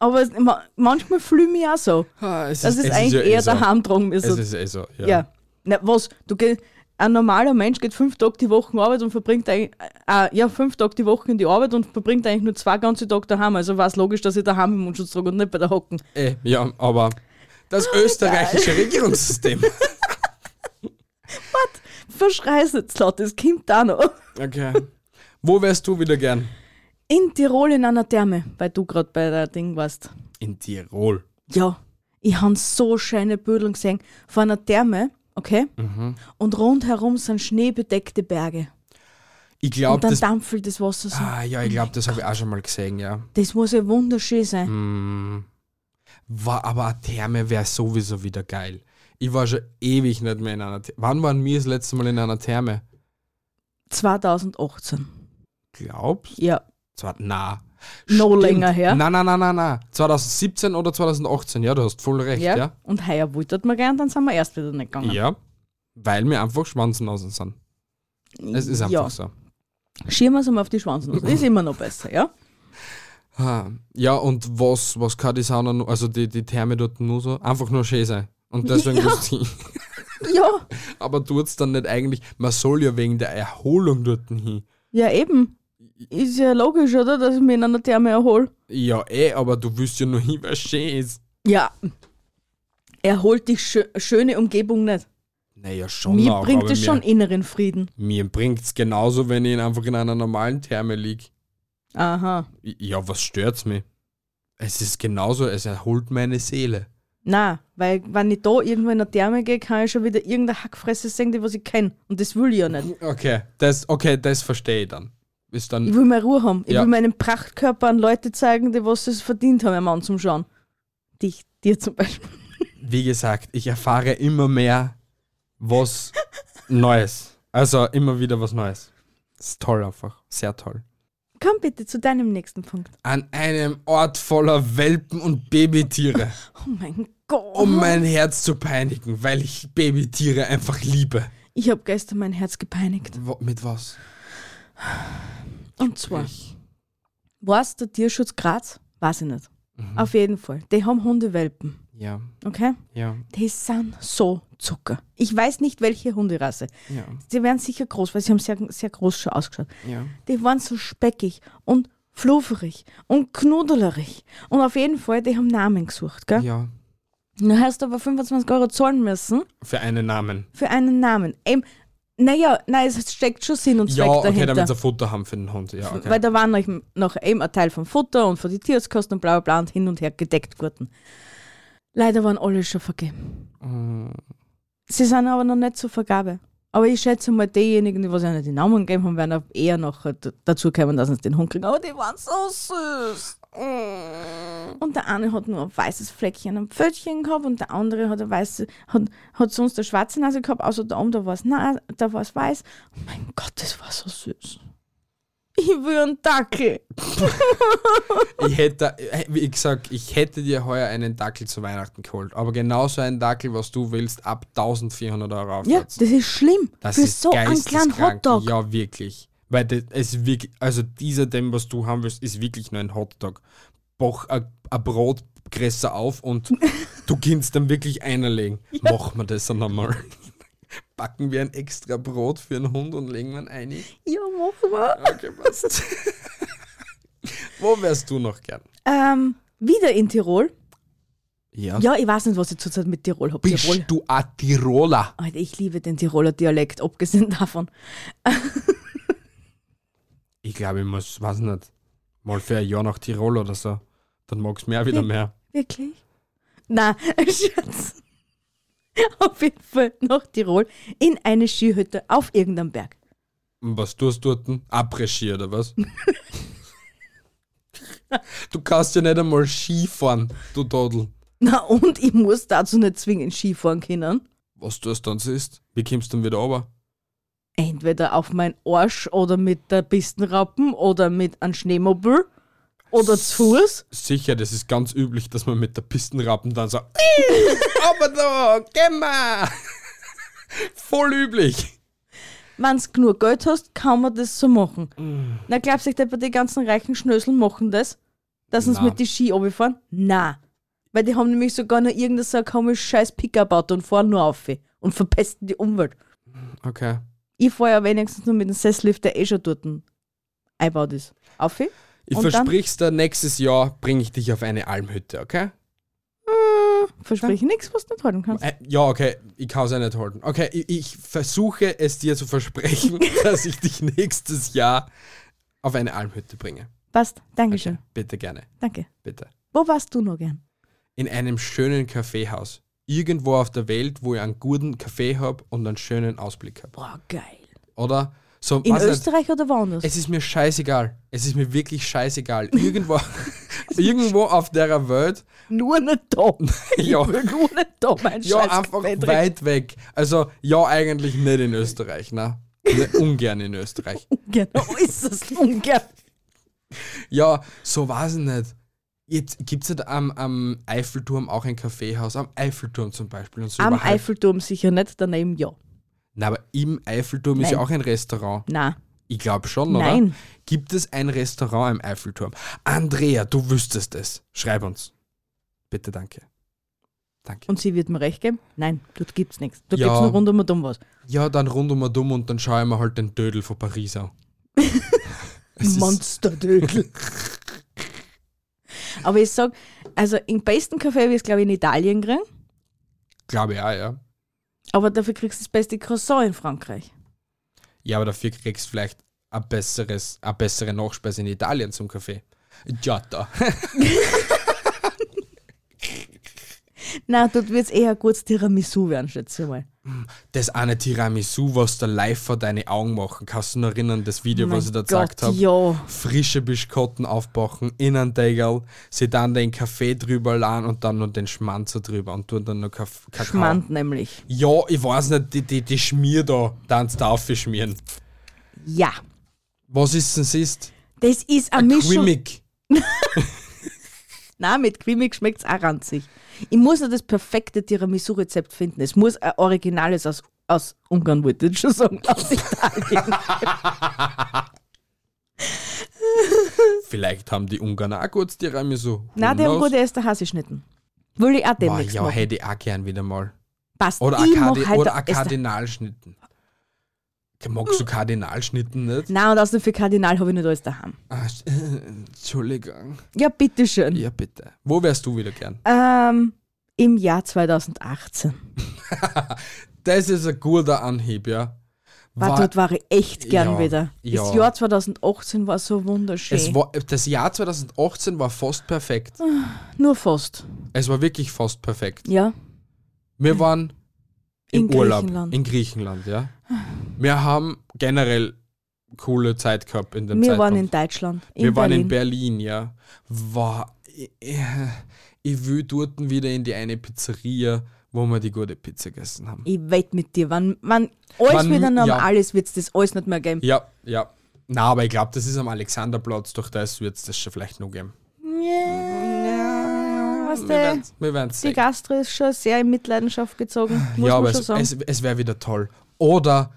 Speaker 2: Aber es, ma manchmal fühle ich mich auch so.
Speaker 1: Ah, es
Speaker 2: Dass es,
Speaker 1: es
Speaker 2: eigentlich
Speaker 1: ja eh
Speaker 2: eher
Speaker 1: so.
Speaker 2: daheim tragen
Speaker 1: Es
Speaker 2: müssen.
Speaker 1: ist eh so, ja.
Speaker 2: ja. Na, was? Du geh, ein normaler Mensch geht fünf Tage die Woche in Arbeit und verbringt eigentlich, äh, ja, fünf Tage die Woche in die Arbeit und verbringt eigentlich nur zwei ganze Tage daheim. Also war es logisch, dass ich daheim im Mundschutz trage und nicht bei der Hocken.
Speaker 1: Eh, ja, aber das
Speaker 2: Oh,
Speaker 1: österreichische
Speaker 2: <laughs>
Speaker 1: Regierungssystem.
Speaker 2: Verschreiß jetzt laut, das kommt da noch.
Speaker 1: Okay. Wo wärst du wieder gern?
Speaker 2: In Tirol in einer Therme, weil du gerade bei der Ding warst.
Speaker 1: In Tirol.
Speaker 2: Ja, ich habe so schöne Bödeln gesehen von einer Therme, okay?
Speaker 1: Mhm.
Speaker 2: Und rundherum sind schneebedeckte Berge.
Speaker 1: Ich
Speaker 2: Und
Speaker 1: glaube,
Speaker 2: dann
Speaker 1: das.
Speaker 2: dampfelt das Wasser so.
Speaker 1: Ah, ja, ich glaube, das habe ich auch schon mal gesehen, ja.
Speaker 2: Das muss ja wunderschön sein.
Speaker 1: Mhm. War, aber eine Therme wäre sowieso wieder geil. Ich war schon ewig nicht mehr in einer Therme. Wann waren wir das letzte Mal in einer Therme?
Speaker 2: 2018.
Speaker 1: Glaubst
Speaker 2: Ja,
Speaker 1: du? Na.
Speaker 2: No
Speaker 1: Stimmt.
Speaker 2: länger her.
Speaker 1: Na, na, na, na, na. 2017 oder 2018, ja, du hast voll recht,
Speaker 2: ja.
Speaker 1: ja?
Speaker 2: Und heuer wolltet man gern, dann sind wir erst wieder nicht gegangen.
Speaker 1: Ja. Weil mir einfach Schwanzen aus sind. Es ist einfach
Speaker 2: ja.
Speaker 1: so.
Speaker 2: Schirmen wir auf die Schwanzen. Das ist immer noch besser, ja?
Speaker 1: Ah, Ja, und was, was kann die Sauna, nur- also die, die Therme dort nur so? Einfach nur schön sein. Und deswegen
Speaker 2: <laughs> Ja.
Speaker 1: willst du hin.
Speaker 2: Ja,
Speaker 1: Aber tut es dann nicht eigentlich, man soll ja wegen der Erholung dort hin.
Speaker 2: ja eben. Ist ja logisch, oder, dass ich mich in einer Therme erhole.
Speaker 1: Ja, eh, aber du willst ja nur hin, was schön ist.
Speaker 2: Ja. Erholt dich schö schöne Umgebung nicht.
Speaker 1: Naja, schon
Speaker 2: mir
Speaker 1: auch,
Speaker 2: bringt
Speaker 1: aber
Speaker 2: es
Speaker 1: mir,
Speaker 2: schon inneren Frieden.
Speaker 1: Mir bringt es genauso, wenn ich einfach in einer normalen Therme liege.
Speaker 2: Aha.
Speaker 1: Ja, was stört's mich? Es ist genauso, es erholt meine Seele.
Speaker 2: Na, weil wenn ich da irgendwo in eine Therme gehe, kann ich schon wieder irgendeine Hackfresse sehen, die was ich kenne. Und das will ich ja nicht.
Speaker 1: Okay, das, okay, das verstehe ich dann. Ist dann
Speaker 2: Ich will meine Ruhe haben. Ich
Speaker 1: Ja.
Speaker 2: will meinen Prachtkörper an Leute zeigen, die was es verdient haben, einen Mann zum Schauen. Dich, dir zum Beispiel.
Speaker 1: wie gesagt, ich erfahre immer mehr was Neues. Also immer wieder was Neues. Ist toll einfach. Sehr toll.
Speaker 2: Komm bitte zu deinem nächsten Punkt.
Speaker 1: An einem Ort voller Welpen und Babytiere,
Speaker 2: Oh mein Gott.
Speaker 1: um mein Herz zu peinigen, weil ich Babytiere einfach liebe.
Speaker 2: Ich habe gestern mein Herz gepeinigt.
Speaker 1: Wo, mit was?
Speaker 2: Und zwar, war's der Tierschutz Graz? Weiß ich nicht.
Speaker 1: Mhm.
Speaker 2: Auf jeden Fall. Die haben Hundewelpen.
Speaker 1: Ja,
Speaker 2: Okay?
Speaker 1: ja,
Speaker 2: Die sind so Zucker. Ich weiß nicht, welche Hunderasse.
Speaker 1: ja,
Speaker 2: Sie werden sicher groß, weil sie haben sehr, sehr groß schon ausgeschaut.
Speaker 1: ja.
Speaker 2: Die waren so speckig und flufferig und knudelerig. Und auf jeden Fall, die haben Namen gesucht, gell?
Speaker 1: Ja.
Speaker 2: Du hast aber 25 Euro zahlen müssen
Speaker 1: Für einen Namen.
Speaker 2: für einen Namen. Ähm, naja, nein, es steckt schon Sinn und
Speaker 1: Ja,
Speaker 2: Zweck
Speaker 1: okay,
Speaker 2: dahinter.
Speaker 1: damit sie Futter haben für den Hund. Ja,
Speaker 2: Weil
Speaker 1: okay.
Speaker 2: da waren noch, noch eben ein Teil vom Futter und von die Tierarztkosten und bla bla bla und hin und her gedeckt wurden. Leider waren alle schon vergeben. Sie sind aber noch nicht zur Vergabe. Aber ich schätze mal, diejenigen, die was ihnen die Namen gegeben haben, werden auch eher noch äh, d- dazu kommen, dass sie den Hund kriegen. Aber die waren so süß. Und der eine hat nur ein weißes Fleckchen am Pfötchen gehabt und der andere hat, eine weiße, hat, hat sonst eine schwarze Nase gehabt, außer da oben, da war es na- da war's weiß. Oh mein Gott, das war so süß. <laughs> Ich will einen Dackel.
Speaker 1: Ich hätte, äh, wie gesagt, ich hätte dir heuer einen Dackel zu Weihnachten geholt. Aber genau so einen Dackel, was du willst, ab 1400 Euro
Speaker 2: Ja,
Speaker 1: aufwärts.
Speaker 2: das ist schlimm.
Speaker 1: das
Speaker 2: für
Speaker 1: ist
Speaker 2: so einen kleinen
Speaker 1: geisteskrank.
Speaker 2: Hotdog.
Speaker 1: Ja, wirklich. Weil das ist wirklich, also dieser dem, was du haben willst, ist wirklich nur ein Hotdog. Boch ein ein Brot größer auf und
Speaker 2: <laughs>
Speaker 1: du kannst dann wirklich einer legen. Machen wir das dann einmal. <laughs> Backen wir ein extra Brot für einen Hund und legen wir ihn ein.
Speaker 2: Ja, machen wir.
Speaker 1: Okay,
Speaker 2: <laughs>
Speaker 1: passt. Wo wärst du noch gern?
Speaker 2: Ähm, wieder in Tirol.
Speaker 1: ja
Speaker 2: Ja, ich weiß nicht, was ich zurzeit mit Tirol habe.
Speaker 1: bist
Speaker 2: Tirol.
Speaker 1: du ein Tiroler?
Speaker 2: Alter, ich liebe den Tiroler Dialekt, abgesehen davon.
Speaker 1: Ich glaube, ich muss, weiß nicht, mal für ein Jahr nach Tirol oder so. Dann magst du mehr wieder mehr.
Speaker 2: Wirklich? Na, <laughs> Schatz. Auf jeden Fall nach Tirol in eine Skihütte auf irgendeinem Berg.
Speaker 1: Was tust du dort? Abregier oder
Speaker 2: <laughs>
Speaker 1: was? du kannst ja nicht einmal Ski fahren, du Todel.
Speaker 2: Na und ich muss dazu nicht zwingend Skifahren können.
Speaker 1: Was du es dann siehst? Wie kommst du dann wieder runter?
Speaker 2: Entweder auf meinen Arsch oder mit der Pistenrappen oder mit einem Schneemobil oder zu Fuß.
Speaker 1: Sicher, das ist ganz üblich, dass man mit der Pistenrappen dann so. <laughs> Aber da, geh mal! <laughs> Voll üblich.
Speaker 2: Wenn du genug Geld hast, kann man das so machen. Na, glaubst du, nicht, etwa die ganzen reichen Schnösel machen das? Dass uns
Speaker 1: Na.
Speaker 2: mit die Ski runterfahren? Na. Weil die haben nämlich sogar noch irgendein so ein komisches scheiß Pickup-Auto und fahren nur auf und verpesten die Umwelt.
Speaker 1: Okay.
Speaker 2: Ich fahre ja wenigstens nur mit dem Sessellift, der eh schon dort einbaut ist. Auf
Speaker 1: Ich
Speaker 2: Und dann?
Speaker 1: versprich's dir, nächstes Jahr bringe ich dich auf eine Almhütte, okay?
Speaker 2: Verspreche nichts, was du nicht halten kannst.
Speaker 1: Äh, ja, okay, ich kann es ja nicht halten. Okay, ich, ich versuche es dir zu versprechen, dass ich dich nächstes Jahr auf eine Almhütte bringe.
Speaker 2: Passt. Dankeschön.
Speaker 1: Bitte gerne,
Speaker 2: Danke.
Speaker 1: bitte.
Speaker 2: Wo warst du noch gern?
Speaker 1: In einem schönen Kaffeehaus. Irgendwo auf der Welt, wo ich einen guten Kaffee habe und einen schönen Ausblick habe.
Speaker 2: Boah, geil.
Speaker 1: Oder? So,
Speaker 2: In
Speaker 1: weiß nicht,
Speaker 2: Österreich oder woanders?
Speaker 1: Es ist mir scheißegal. Es ist mir wirklich scheißegal. Irgendwo, irgendwo auf der Welt,
Speaker 2: Nur nicht <laughs> da.
Speaker 1: ja,
Speaker 2: Nur nicht da, mein
Speaker 1: ja
Speaker 2: scheiß
Speaker 1: einfach
Speaker 2: Patrick.
Speaker 1: weit weg. Also ja, eigentlich nicht in Österreich, ne? Ne, Ungern in Österreich.
Speaker 2: Genau, <laughs> ist das ungern.
Speaker 1: Ja, so weiß ich nicht. Jetzt gibt es halt am, am Eiffelturm auch ein Kaffeehaus, am Eiffelturm zum Beispiel. Und so
Speaker 2: Am
Speaker 1: überall.
Speaker 2: Eiffelturm sicher nicht, daneben ja.
Speaker 1: Na, aber im Eiffelturm ist ja
Speaker 2: Nein.
Speaker 1: auch ein Restaurant.
Speaker 2: Nein.
Speaker 1: Ich glaube schon, oder?
Speaker 2: Nein.
Speaker 1: Gibt es ein Restaurant im Eiffelturm? Andrea, du wüsstest es. Schreib uns. Bitte, danke. Danke.
Speaker 2: Und sie wird mir recht geben? Nein, dort gibt's nichts. Dort
Speaker 1: Ja.
Speaker 2: gibt's nur rund um und um was.
Speaker 1: ja, dann rund um und um und dann schaue ich mir halt den Dödel von Paris
Speaker 2: <laughs>
Speaker 1: an. Es ist, <laughs>
Speaker 2: Monsterdödel. Aber ich sag, also im besten Kaffee wirst du, glaube ich, in Italien kriegen,
Speaker 1: glaube ich auch, ja.
Speaker 2: aber dafür kriegst du das beste Croissant in Frankreich.
Speaker 1: Ja, aber dafür kriegst du vielleicht ein besseres, eine bessere Nachspeise in Italien zum Kaffee. Giada.
Speaker 2: Nein, dort wird's eher ein gutes Tiramisu werden, schätze ich mal.
Speaker 1: Das eine Tiramisu, was da live vor deine Augen machen. Kannst du noch erinnern, das Video, was ich da gesagt habe?
Speaker 2: Oh ja.
Speaker 1: Frische Biskotten aufbacken, in einen Degel, sie dann den Kaffee drüber laden und dann noch den Schmanzer drüber und tun dann noch Kaf Kakao.
Speaker 2: Schmand nämlich.
Speaker 1: Ja, ich weiß nicht, die, die, die Schmier da, dann da aufschmieren.
Speaker 2: Ja.
Speaker 1: Was ist denn ist?
Speaker 2: Das ist eine Mischung.
Speaker 1: Quimmick.
Speaker 2: Nein, mit Quimmig schmeckt es auch ranzig. Ich muss ja das perfekte Tiramisu-Rezept finden. Es muss ein originales aus, aus Ungarn, wollte ich schon sagen, aus
Speaker 1: <laughs>
Speaker 2: Italien.
Speaker 1: Vielleicht haben die Ungarn auch kurz Tiramisu.
Speaker 2: Nein, die haben
Speaker 1: Who knows?
Speaker 2: gute erste Haseschnitten. Will ich auch
Speaker 1: Boah,
Speaker 2: demnächst
Speaker 1: ja,
Speaker 2: machen.
Speaker 1: hätte ich auch gern wieder mal.
Speaker 2: Passt.
Speaker 1: Oder
Speaker 2: ich
Speaker 1: ein
Speaker 2: mach
Speaker 1: Kardi
Speaker 2: heute
Speaker 1: oder ein
Speaker 2: Ester-
Speaker 1: Kardinalschnitten. Magst
Speaker 2: Mm.
Speaker 1: du Kardinalschnitten nicht?
Speaker 2: Nein, und außerdem für Kardinal habe ich nicht alles daheim.
Speaker 1: Ah, sch- <laughs> Entschuldigung.
Speaker 2: Ja, bitteschön.
Speaker 1: Ja, bitte. Wo wärst du wieder gern?
Speaker 2: Ähm, Im Jahr 2018.
Speaker 1: Das ist ein guter Anhieb, ja.
Speaker 2: War, dort war ich echt gern
Speaker 1: Ja,
Speaker 2: wieder.
Speaker 1: ja.
Speaker 2: Das Jahr 2018 war so wunderschön.
Speaker 1: es war, das Jahr 2018 war fast perfekt.
Speaker 2: Nur fast.
Speaker 1: Es war wirklich fast perfekt.
Speaker 2: Ja.
Speaker 1: Wir waren im
Speaker 2: In
Speaker 1: Urlaub
Speaker 2: Griechenland.
Speaker 1: in Griechenland, ja. Wir haben generell coole Zeit gehabt in dem
Speaker 2: Wir
Speaker 1: Zeitpunkt.
Speaker 2: waren in Deutschland. In
Speaker 1: Wir waren
Speaker 2: Berlin.
Speaker 1: in Berlin, ja. War, ich, ich will dort wieder in die eine Pizzeria, wo wir die gute Pizza gegessen haben.
Speaker 2: Ich wette mit dir, wenn, wenn alles
Speaker 1: Wann-
Speaker 2: wieder normal
Speaker 1: ja.
Speaker 2: ist, wird es das alles nicht mehr geben.
Speaker 1: Ja, ja. Na, aber ich glaube, das ist am Alexanderplatz, durch das wird es das schon vielleicht noch geben.
Speaker 2: Ja, weißt
Speaker 1: Wir
Speaker 2: du,
Speaker 1: werden's- wir werden es
Speaker 2: die
Speaker 1: sehen.
Speaker 2: Gastro ist schon sehr in Mitleidenschaft gezogen, muss
Speaker 1: Ja, aber
Speaker 2: man schon
Speaker 1: es,
Speaker 2: sagen.
Speaker 1: es, es wäre wieder toll. Oder,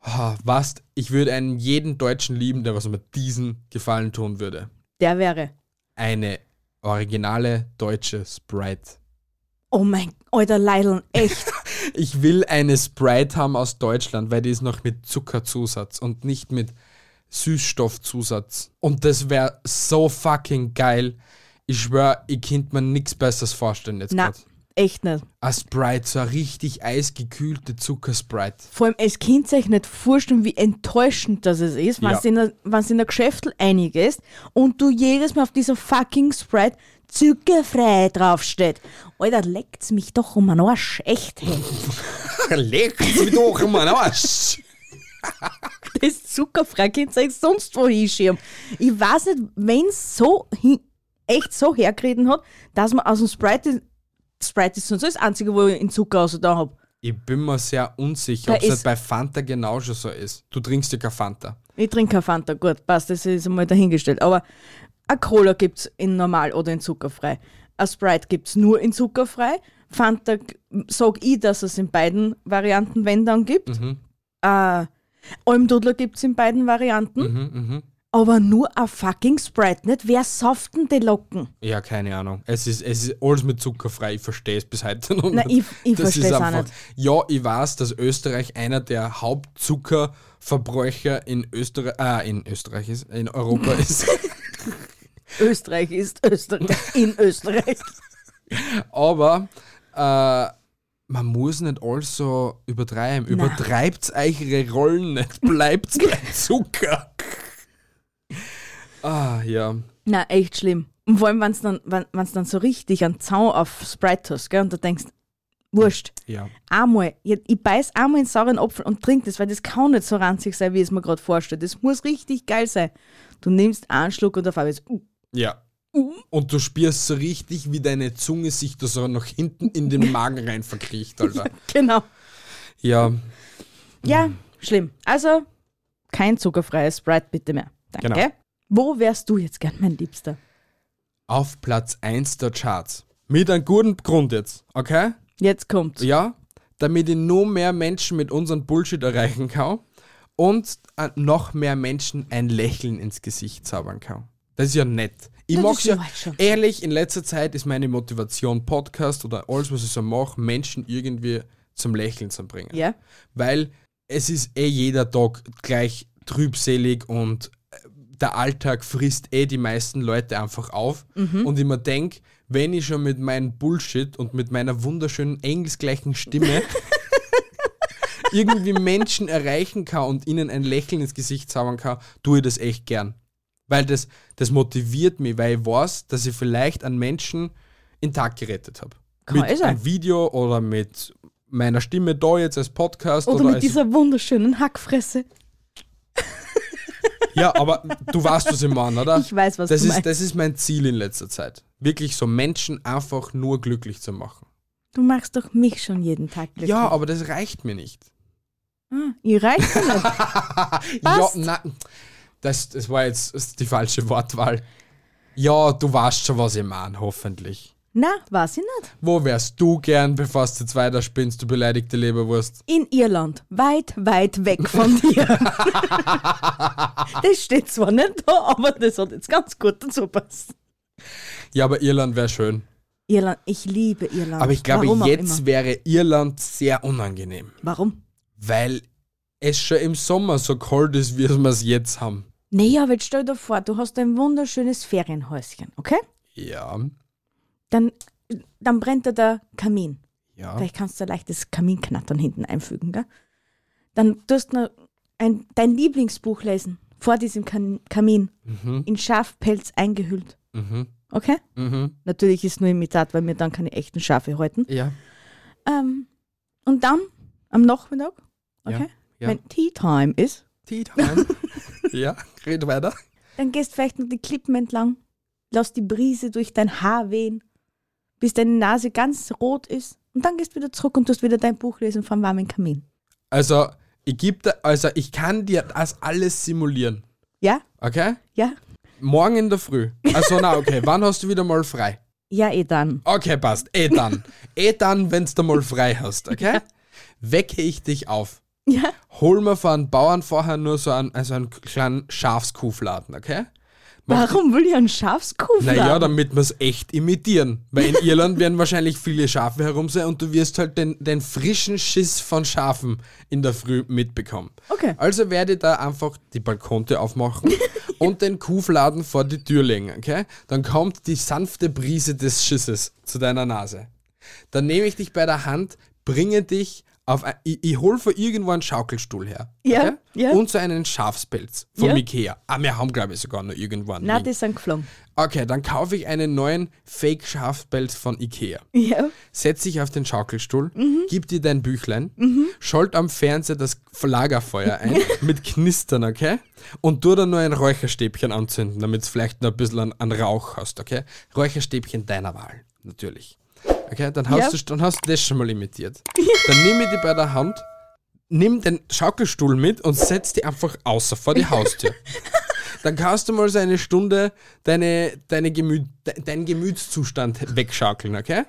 Speaker 1: ah, was, ich würde einen jeden Deutschen lieben, der was mit diesen Gefallen tun würde.
Speaker 2: Der wäre.
Speaker 1: Eine originale deutsche Sprite.
Speaker 2: Oh mein alter Leideln,
Speaker 1: <laughs>
Speaker 2: echt.
Speaker 1: Ich will eine Sprite haben aus Deutschland, weil die ist noch mit Zuckerzusatz und nicht mit Süßstoffzusatz. Und das wäre so fucking geil. Ich schwör, ich könnte mir nichts Besseres vorstellen jetzt
Speaker 2: Na,
Speaker 1: gerade.
Speaker 2: echt nicht.
Speaker 1: Eine Sprite, so eine richtig eisgekühlte Zuckersprite.
Speaker 2: Vor allem als Kind sich nicht vorstellen, wie enttäuschend das es ist, wenn
Speaker 1: Ja.
Speaker 2: du in der- wenn du in der Geschäftel einiges und du jedes Mal auf dieser fucking Sprite zuckerfrei draufsteht. Alter, leckt's mich doch um den Arsch, echt. hey.
Speaker 1: Leckt sie doch in meinen Arsch!
Speaker 2: das zuckerfrei könnt ihr euch sonst wo hinschieben. Ich weiß nicht, wenn es so hin, echt so hergereden hat, dass man aus dem Sprite, Sprite ist sonst das einzige, wo ich in Zucker aus da habe.
Speaker 1: Ich bin mir sehr unsicher,
Speaker 2: Da
Speaker 1: ob es
Speaker 2: ist-
Speaker 1: nicht bei Fanta genauso so ist. Du trinkst ja keine Fanta.
Speaker 2: Ich trinke keine Fanta, gut, passt, das ist einmal dahingestellt. Aber eine Cola gibt es in normal oder in zuckerfrei. Ein Sprite gibt es nur in zuckerfrei. Fanta sag ich, dass es in beiden Varianten, wenn dann, gibt. Mhm. Äh, Almdudler gibt es in beiden Varianten.
Speaker 1: Mhm,
Speaker 2: Aber nur ein fucking Sprite, nicht? Wer sauft denn die Locken?
Speaker 1: Ja, keine Ahnung. Es ist, es ist alles mit zuckerfrei. Ich verstehe es bis heute noch
Speaker 2: Na,
Speaker 1: nicht.
Speaker 2: ich- ich
Speaker 1: Das
Speaker 2: versteh's
Speaker 1: ist
Speaker 2: auch
Speaker 1: einfach-
Speaker 2: nicht.
Speaker 1: Ja, ich weiß, dass Österreich einer der Hauptzuckerverbräucher in Österreich, äh, in Österreich ist, in
Speaker 2: <laughs>
Speaker 1: Europa ist.
Speaker 2: Österreich ist Österreich in Österreich.
Speaker 1: Aber äh, man muss nicht alles so übertreiben. Übertreibt eure Rollen nicht.
Speaker 2: <laughs>
Speaker 1: Bleibt bei Zucker. ah, ja.
Speaker 2: <laughs> Na, echt schlimm. Und vor allem, wenn es dann, wenn, wenn's dann so richtig einen Zaun auf Sprite hast, gell, und du denkst, wurscht,
Speaker 1: Ja.
Speaker 2: einmal, ich, ich beiß einmal einen sauren Apfel und trink das, weil das kann nicht so ranzig sein, wie ich es mir gerade vorstelle. Das muss richtig geil sein. Du nimmst einen Schluck und auf einmal ist, uh,
Speaker 1: Ja.
Speaker 2: Mhm.
Speaker 1: Und du spürst so richtig, wie deine Zunge sich da so nach hinten in den Magen rein verkriecht,
Speaker 2: <laughs>
Speaker 1: Alter.
Speaker 2: genau.
Speaker 1: Ja,
Speaker 2: Ja, schlimm. Also, kein zuckerfreies Sprite bitte mehr. Danke.
Speaker 1: Genau.
Speaker 2: Wo wärst du jetzt gern, mein Liebster?
Speaker 1: auf Platz 1 der Charts. Mit einem guten Grund jetzt, okay?
Speaker 2: Jetzt kommt's.
Speaker 1: Ja, damit ich noch mehr Menschen mit unserem Bullshit erreichen kann und äh, noch mehr Menschen ein Lächeln ins Gesicht zaubern kann. Das ist ja nett. Ich
Speaker 2: Das
Speaker 1: mag's
Speaker 2: ist
Speaker 1: ja,
Speaker 2: soweit schon.
Speaker 1: ehrlich, in letzter Zeit ist meine Motivation Podcast oder alles, was ich so mache, Menschen irgendwie zum Lächeln zu bringen.
Speaker 2: Ja.
Speaker 1: Weil es ist eh jeder Tag gleich trübselig und äh, der Alltag frisst eh die meisten Leute einfach auf.
Speaker 2: Mhm.
Speaker 1: Und ich mir denke, wenn ich schon mit meinem Bullshit und mit meiner wunderschönen engelsgleichen
Speaker 2: <laughs>
Speaker 1: Stimme irgendwie Menschen erreichen kann und ihnen ein Lächeln ins Gesicht zaubern kann, tue ich das echt gern. Weil das, das motiviert mich, weil ich weiß, dass ich vielleicht einen Menschen in den Tag gerettet habe.
Speaker 2: Kann
Speaker 1: Mit
Speaker 2: eh sein.
Speaker 1: einem Video oder mit meiner Stimme da jetzt als Podcast.
Speaker 2: Oder, mit
Speaker 1: als,
Speaker 2: dieser wunderschönen Hackfresse.
Speaker 1: Ja, aber du weißt, was ich meine, oder?
Speaker 2: <laughs> Ich weiß, was
Speaker 1: Ah, das
Speaker 2: du
Speaker 1: ist,
Speaker 2: meinst.
Speaker 1: Das ist mein Ziel in letzter Zeit. Wirklich so Menschen einfach nur glücklich zu machen.
Speaker 2: Du machst doch mich schon jeden Tag glücklich.
Speaker 1: Ja, aber das reicht mir nicht.
Speaker 2: Ah, Ihr reicht mir nicht.
Speaker 1: <laughs> Ja,
Speaker 2: Passt.
Speaker 1: nein. Das, das war jetzt ist die falsche Wortwahl. Ja, du weißt schon, was ich meine, hoffentlich.
Speaker 2: Na, weiß ich nicht.
Speaker 1: Wo wärst du gern, bevor du jetzt weiterspinnst, du beleidigte Leberwurst?
Speaker 2: In Irland. Weit, weit weg
Speaker 1: <laughs>
Speaker 2: von dir. das steht zwar nicht da, aber das hat jetzt ganz gut dazu passt.
Speaker 1: Ja, aber Irland wäre schön.
Speaker 2: Irland, ich liebe Irland.
Speaker 1: Aber ich glaube,
Speaker 2: Warum auch
Speaker 1: jetzt
Speaker 2: Immer.
Speaker 1: wäre Irland sehr unangenehm,
Speaker 2: Warum?
Speaker 1: weil es schon im Sommer so kalt ist, wie wir es jetzt haben.
Speaker 2: Naja, aber jetzt stell dir vor, du hast ein wunderschönes Ferienhäuschen, okay?
Speaker 1: Ja,
Speaker 2: Dann, dann brennt da der Kamin.
Speaker 1: ja.
Speaker 2: Vielleicht kannst du ein leichtes Kaminknattern hinten einfügen, gell? Dann tust du noch ein, dein Lieblingsbuch lesen, vor diesem kan Kamin, in Schafpelz eingehüllt.
Speaker 1: Mhm.
Speaker 2: Okay?
Speaker 1: Mhm.
Speaker 2: Natürlich ist nur Imitat, weil mir dann keine echten Schafe halten.
Speaker 1: Ja.
Speaker 2: Ähm, und dann am Nachmittag, okay?
Speaker 1: Ja.
Speaker 2: Wenn Tea Time ist,
Speaker 1: Tea
Speaker 2: <laughs>
Speaker 1: time. ja, red weiter.
Speaker 2: dann gehst vielleicht noch die Klippen entlang, lass die Brise durch dein Haar wehen, bis deine Nase ganz rot ist. Und dann gehst wieder zurück und tust wieder dein Buch lesen vom warmen Kamin.
Speaker 1: Also, ich geb dir, also ich kann dir das alles simulieren.
Speaker 2: Ja?
Speaker 1: Okay?
Speaker 2: Ja?
Speaker 1: Morgen in der Früh. Also na,
Speaker 2: <laughs>
Speaker 1: okay. Wann hast du wieder mal frei?
Speaker 2: Ja, eh dann.
Speaker 1: Okay, passt. Eh dann. Eh dann, wenn's da mal frei hast, okay? Wecke ich dich auf.
Speaker 2: Ja?
Speaker 1: Hol mir von Bauern vorher nur so einen, also einen kleinen Schafskufladen, okay?
Speaker 2: Warum will ich einen Schafskuf
Speaker 1: Naja,
Speaker 2: haben?
Speaker 1: damit wir es echt imitieren. Weil in Irland werden wahrscheinlich viele Schafe herum sein und du wirst halt den, den frischen Schiss von Schafen in der Früh mitbekommen.
Speaker 2: Okay.
Speaker 1: Also werde ich da einfach die Balkonte
Speaker 2: <laughs>
Speaker 1: aufmachen und den Kuhfladen vor die Tür legen, okay? Dann kommt die sanfte Brise des Schisses zu deiner Nase. Dann nehme ich dich bei der Hand, bringe dich Auf ein, ich, ich hole von irgendwo einen Schaukelstuhl her.
Speaker 2: Ja, ja.
Speaker 1: Und so einen Schafspelz vom
Speaker 2: Ja.
Speaker 1: Ikea. Ah, wir haben, glaube ich, sogar noch irgendwo einen.
Speaker 2: Nein,
Speaker 1: liegen.
Speaker 2: die sind geflogen.
Speaker 1: okay, dann kaufe ich einen neuen Fake-Schafspelz von Ikea.
Speaker 2: Ja.
Speaker 1: Setz dich auf den Schaukelstuhl, gib dir dein Büchlein, schalt am Fernseher das Lagerfeuer ein mit Knistern, okay? Und tu dann nur ein Räucherstäbchen anzünden, damit es vielleicht noch ein bisschen an, an Rauch hast, okay? Räucherstäbchen deiner Wahl, natürlich. Okay, dann hast,
Speaker 2: Ja.
Speaker 1: du, dann hast du das schon mal imitiert. Dann nimm ich die bei der Hand, nimm den Schaukelstuhl mit und setz die einfach außer vor die Haustür. Dann kannst du mal so eine Stunde deine, deine Gemüt, de, deinen Gemütszustand wegschaukeln, okay?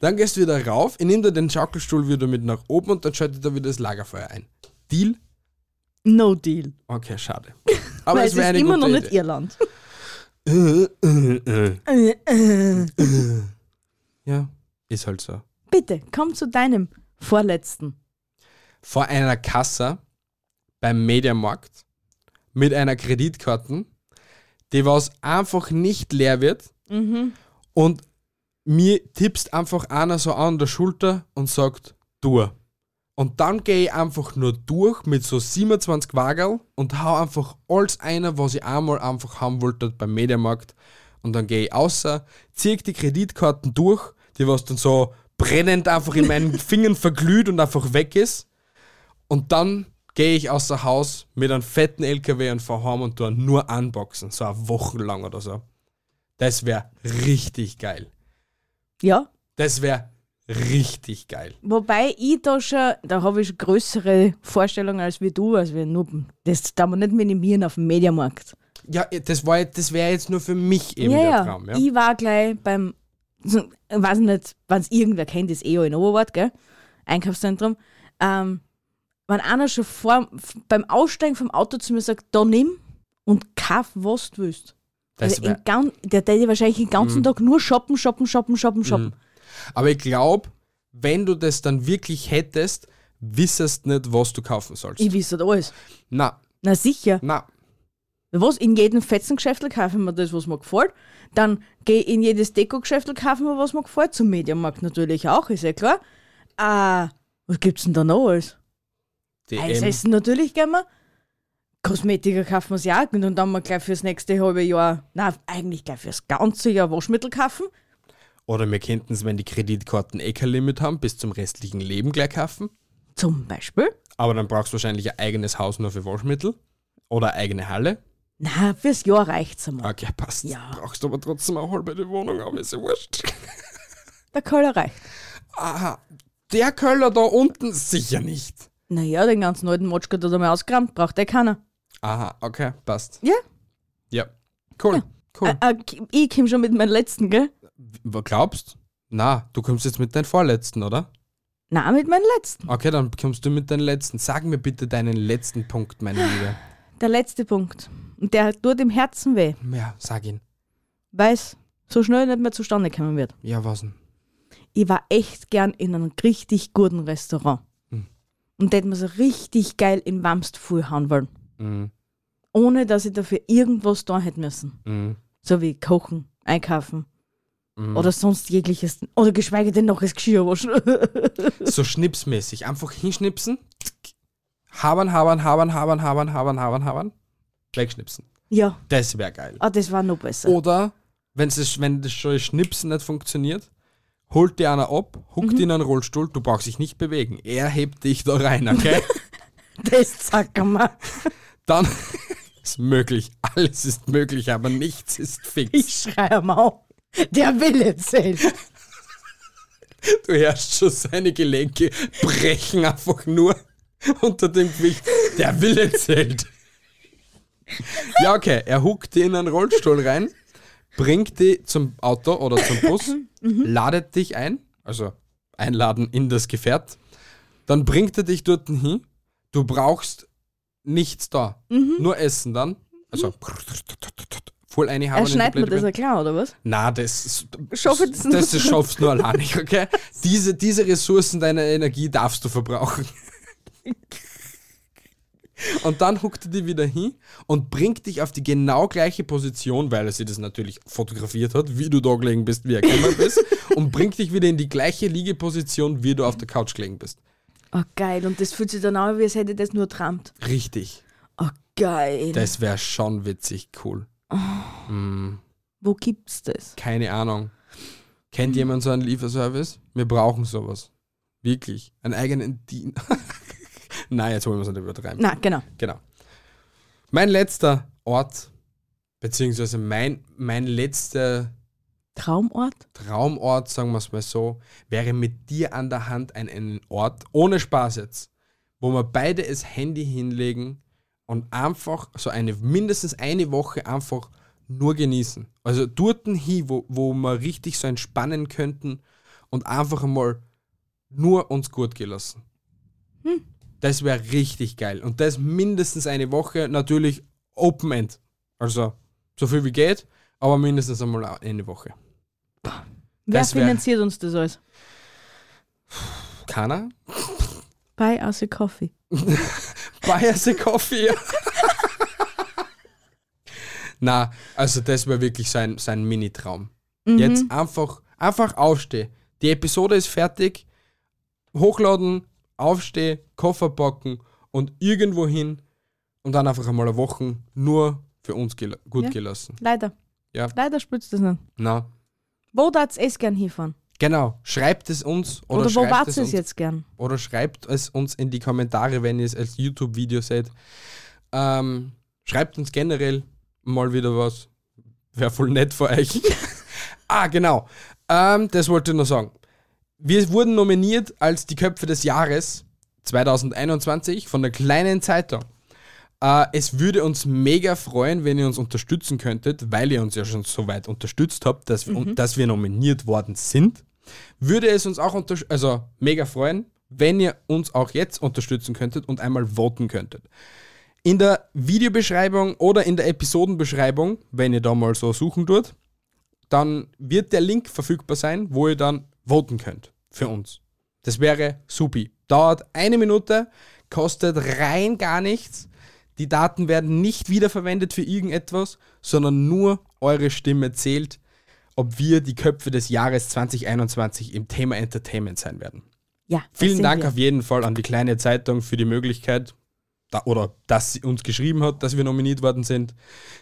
Speaker 1: Dann gehst du wieder rauf, ich nimm dir den Schaukelstuhl wieder mit nach oben und dann schalte ich da wieder das Lagerfeuer ein. Deal?
Speaker 2: No deal.
Speaker 1: Okay, schade. Aber
Speaker 2: <laughs> Weil
Speaker 1: es
Speaker 2: es
Speaker 1: wäre
Speaker 2: ist
Speaker 1: eine
Speaker 2: immer
Speaker 1: gute
Speaker 2: noch nicht
Speaker 1: Idee.
Speaker 2: Irland. <laughs>
Speaker 1: Äh, äh, äh.
Speaker 2: Äh, äh.
Speaker 1: Ja, ist halt so.
Speaker 2: Bitte, komm zu deinem vorletzten.
Speaker 1: Vor einer Kasse beim Mediamarkt mit einer Kreditkarte, die was einfach nicht leer wird und mir tippst einfach einer so an der Schulter und sagt, du. Und dann gehe ich einfach nur durch mit so 27 Wagerl und hau einfach alles einer, was ich einmal einfach haben wollte beim Mediamarkt. Und dann gehe ich außer, zieh die Kreditkarten durch, die was dann so brennend einfach in meinen Fingern verglüht und einfach weg ist. Und dann gehe ich außer Haus mit einem fetten LKW und fahr heim und tu nur unboxen, so eine Woche lang oder so. Das wäre richtig geil.
Speaker 2: Ja,
Speaker 1: Das wäre richtig geil.
Speaker 2: wobei ich da schon, da habe ich schon größere Vorstellungen als wie du, als wir Nuppen. Das darf man nicht minimieren auf dem Mediamarkt.
Speaker 1: Ja, eh, das, war, jetzt- das wäre jetzt nur für mich eben der Traum. Ja?
Speaker 2: Ich war gleich beim, so, ich weiß nicht, wenn es irgendwer kennt, ist eh auch in Oberwart, gell? Einkaufszentrum. Ähm, wenn einer schon vor, f- beim Aussteigen vom Auto zu mir sagt, da nimm und kauf, was du willst.
Speaker 1: Das
Speaker 2: also
Speaker 1: wär, Mhm.
Speaker 2: in gan- der täte wahrscheinlich den ganzen Tag nur shoppen, shoppen, shoppen, shoppen, shoppen.
Speaker 1: aber ich glaube, wenn du das dann wirklich hättest, wissest nicht, was du kaufen sollst.
Speaker 2: Ich wüsste das alles.
Speaker 1: na,
Speaker 2: Na sicher.
Speaker 1: na,
Speaker 2: Was? In jedem Fetzengeschäft kaufe ich mir das, was mir gefällt. Dann gehe ich in jedes Deko-Geschäft kaufe ich mir, was mir gefällt. Zum Medienmarkt natürlich auch, ist ja klar. Ah, was gibt's denn da noch alles? Eis
Speaker 1: DM,
Speaker 2: essen natürlich gehen wir. Kosmetika kaufen wir ja auch und dann mal gleich fürs nächste halbe Jahr, na eigentlich gleich fürs ganze Jahr Waschmittel kaufen.
Speaker 1: oder wir könnten es, wenn die Kreditkarten eh kein Limit haben, bis zum restlichen Leben gleich kaufen.
Speaker 2: Zum Beispiel.
Speaker 1: Aber dann brauchst du wahrscheinlich ein eigenes Haus nur für Waschmittel oder eine eigene Halle.
Speaker 2: Na, fürs Jahr reicht's einmal.
Speaker 1: Okay, passt.
Speaker 2: Ja.
Speaker 1: Brauchst du aber trotzdem eine halbe die Wohnung, aber ist ja wurscht.
Speaker 2: Der Köller reicht.
Speaker 1: Aha, der Köller da unten sicher nicht.
Speaker 2: Naja, den ganzen alten Matschka da mal ausgerammt, braucht eh keiner.
Speaker 1: Aha, okay, passt.
Speaker 2: Ja.
Speaker 1: Ja. Cool, cool.
Speaker 2: Äh, äh, ich komm schon mit meinem letzten, gell?
Speaker 1: W- Glaubst? Na, du kommst jetzt mit deinem Vorletzten, oder?
Speaker 2: Na, mit meinem letzten.
Speaker 1: Okay, dann kommst du mit deinem letzten. Sag mir bitte deinen letzten Punkt, meine Liebe.
Speaker 2: Der letzte Punkt. Und der tut im Herzen weh,
Speaker 1: Ja, sag ihn.
Speaker 2: weil es so schnell nicht mehr zustande kommen wird.
Speaker 1: Ja, was denn?
Speaker 2: Ich war echt gern in einem richtig guten Restaurant. Und da hätte man so richtig geil in Wamst haben wollen.
Speaker 1: Mhm.
Speaker 2: Ohne, dass ich dafür irgendwas da hätte müssen.
Speaker 1: Mhm.
Speaker 2: So wie kochen, einkaufen. Oder sonst jegliches. Oder geschweige denn noch das Geschirr waschen. <laughs>
Speaker 1: So schnipsmäßig. Einfach hinschnipsen. Habern, habern, habern, habern, habern, habern, habern, habern. Wegschnipsen.
Speaker 2: ja,
Speaker 1: Das wäre geil.
Speaker 2: ah, das war noch besser.
Speaker 1: Oder, wenn's es, wenn das schon Schnipsen nicht funktioniert, holt dir einer ab, huckt ihn in einen Rollstuhl, du brauchst dich nicht bewegen. Er hebt dich da rein, okay?
Speaker 2: Das sag mal.
Speaker 1: Dann <laughs> ist möglich. Alles ist möglich, aber nichts ist
Speaker 2: Ich
Speaker 1: fix.
Speaker 2: schreie mal auf. Der Wille zählt.
Speaker 1: Du hörst schon seine Gelenke brechen einfach nur unter dem Gewicht. Der Wille zählt. Ja, okay. Er huckt die in einen Rollstuhl rein, bringt die zum Auto oder zum Bus, ladet dich ein, also einladen in das Gefährt. Dann bringt er dich dort hin. Du brauchst nichts da.
Speaker 2: Mhm.
Speaker 1: Nur Essen dann. Also voll eine haben.
Speaker 2: Er schneidet mir das ja klar, oder was?
Speaker 1: Na, das ist-
Speaker 2: Schaff ich das
Speaker 1: das
Speaker 2: nur?
Speaker 1: schaffst du nur allein nicht, okay? Diese, diese Ressourcen deiner Energie darfst du verbrauchen. Und dann huckt er dich wieder hin und bringt dich auf die genau gleiche Position, weil er sie das natürlich fotografiert hat, wie du da gelegen bist, wie er gekommen bist, und bringt dich wieder in die gleiche Liegeposition, wie du auf der Couch gelegen bist.
Speaker 2: Oh, geil. Und das fühlt sich dann an, wie als hätte ich das nur geträumt.
Speaker 1: Richtig.
Speaker 2: Oh, geil.
Speaker 1: Das wäre schon witzig cool. Mm,
Speaker 2: Wo gibt's das?
Speaker 1: keine Ahnung. Kennt jemand so einen Lieferservice? Wir brauchen sowas. Wirklich. Einen eigenen Dienst. <laughs> Nein, jetzt wollen wir es nicht übertreiben.
Speaker 2: Na, genau.
Speaker 1: Genau. Mein letzter Ort, beziehungsweise mein, mein letzter
Speaker 2: Traumort?
Speaker 1: Traumort, sagen wir es mal so, wäre mit dir an der Hand ein, ein Ort, ohne Spaß jetzt, wo wir beide das Handy hinlegen und einfach so eine, mindestens eine Woche einfach nur genießen. Also dorten hin, wo, wo wir richtig so entspannen könnten und einfach mal nur uns gut gelassen. Das wäre richtig geil. Und das mindestens eine Woche, natürlich Open End. Also so viel wie geht, aber mindestens einmal eine Woche.
Speaker 2: Wer
Speaker 1: Das wär-
Speaker 2: finanziert uns das alles?
Speaker 1: Keiner?
Speaker 2: Buy us a coffee.
Speaker 1: Bayerse Coffee. Na, also das war wirklich sein, sein Mini-Traum.
Speaker 2: Mhm.
Speaker 1: Jetzt einfach, einfach aufstehen. Die Episode ist fertig. Hochladen, aufstehen, Koffer packen und irgendwo hin und dann einfach einmal eine Woche nur für uns gel gut
Speaker 2: Ja.
Speaker 1: gelassen.
Speaker 2: Leider.
Speaker 1: Ja.
Speaker 2: Leider spürst du das nicht.
Speaker 1: Na,
Speaker 2: Wo darfst es gern hinfahren?
Speaker 1: genau. Schreibt es uns oder,
Speaker 2: Oder, wo
Speaker 1: schreibt
Speaker 2: wartest
Speaker 1: es
Speaker 2: du
Speaker 1: uns
Speaker 2: es jetzt gern?
Speaker 1: oder schreibt es uns in die Kommentare, wenn ihr es als YouTube-Video seht. Ähm, schreibt uns generell mal wieder was. Wäre voll nett für euch. ah, genau. Ähm, das wollte ich noch sagen. Wir wurden nominiert als die Köpfe des Jahres 2021 von der kleinen Zeitung. Äh, es würde uns mega freuen, wenn ihr uns unterstützen könntet, weil ihr uns ja schon so weit unterstützt habt, dass, wir- dass wir nominiert worden sind würde es uns auch unter also mega freuen, wenn ihr uns auch jetzt unterstützen könntet und einmal voten könntet. In der Videobeschreibung oder in der Episodenbeschreibung, wenn ihr da mal so suchen tut, dann wird der Link verfügbar sein, wo ihr dann voten könnt für uns. Das wäre supi. Dauert eine Minute, kostet rein gar nichts. Die Daten werden nicht wiederverwendet für irgendetwas, sondern nur eure Stimme zählt ob wir die Köpfe des Jahres 2021 im Thema Entertainment sein werden.
Speaker 2: Ja. das
Speaker 1: Vielen
Speaker 2: sind
Speaker 1: Dank
Speaker 2: wir.
Speaker 1: auf jeden Fall an die kleine Zeitung für die Möglichkeit da, oder dass sie uns geschrieben hat, dass wir nominiert worden sind.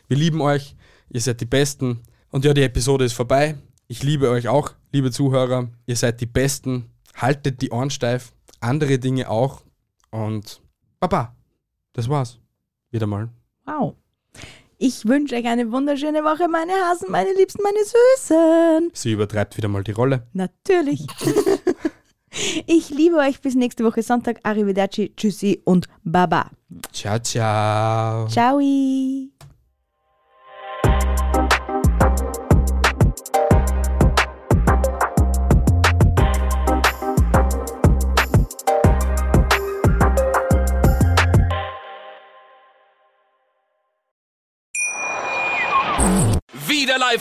Speaker 1: Wir lieben euch, ihr seid die Besten. Und ja, die Episode ist vorbei. Ich liebe euch auch, liebe Zuhörer. Ihr seid die Besten. Haltet die Ohren steif, andere Dinge auch. Und Baba, das war's. Wieder mal.
Speaker 2: Wow. Ich wünsche euch eine wunderschöne Woche, meine Hasen, meine Liebsten, meine Süßen.
Speaker 1: Sie übertreibt wieder mal die Rolle.
Speaker 2: Natürlich. <laughs> ich liebe euch. Bis nächste Woche Sonntag. Arrivederci, Tschüssi und Baba.
Speaker 1: Ciao, ciao.
Speaker 2: Ciao.
Speaker 3: Wieder live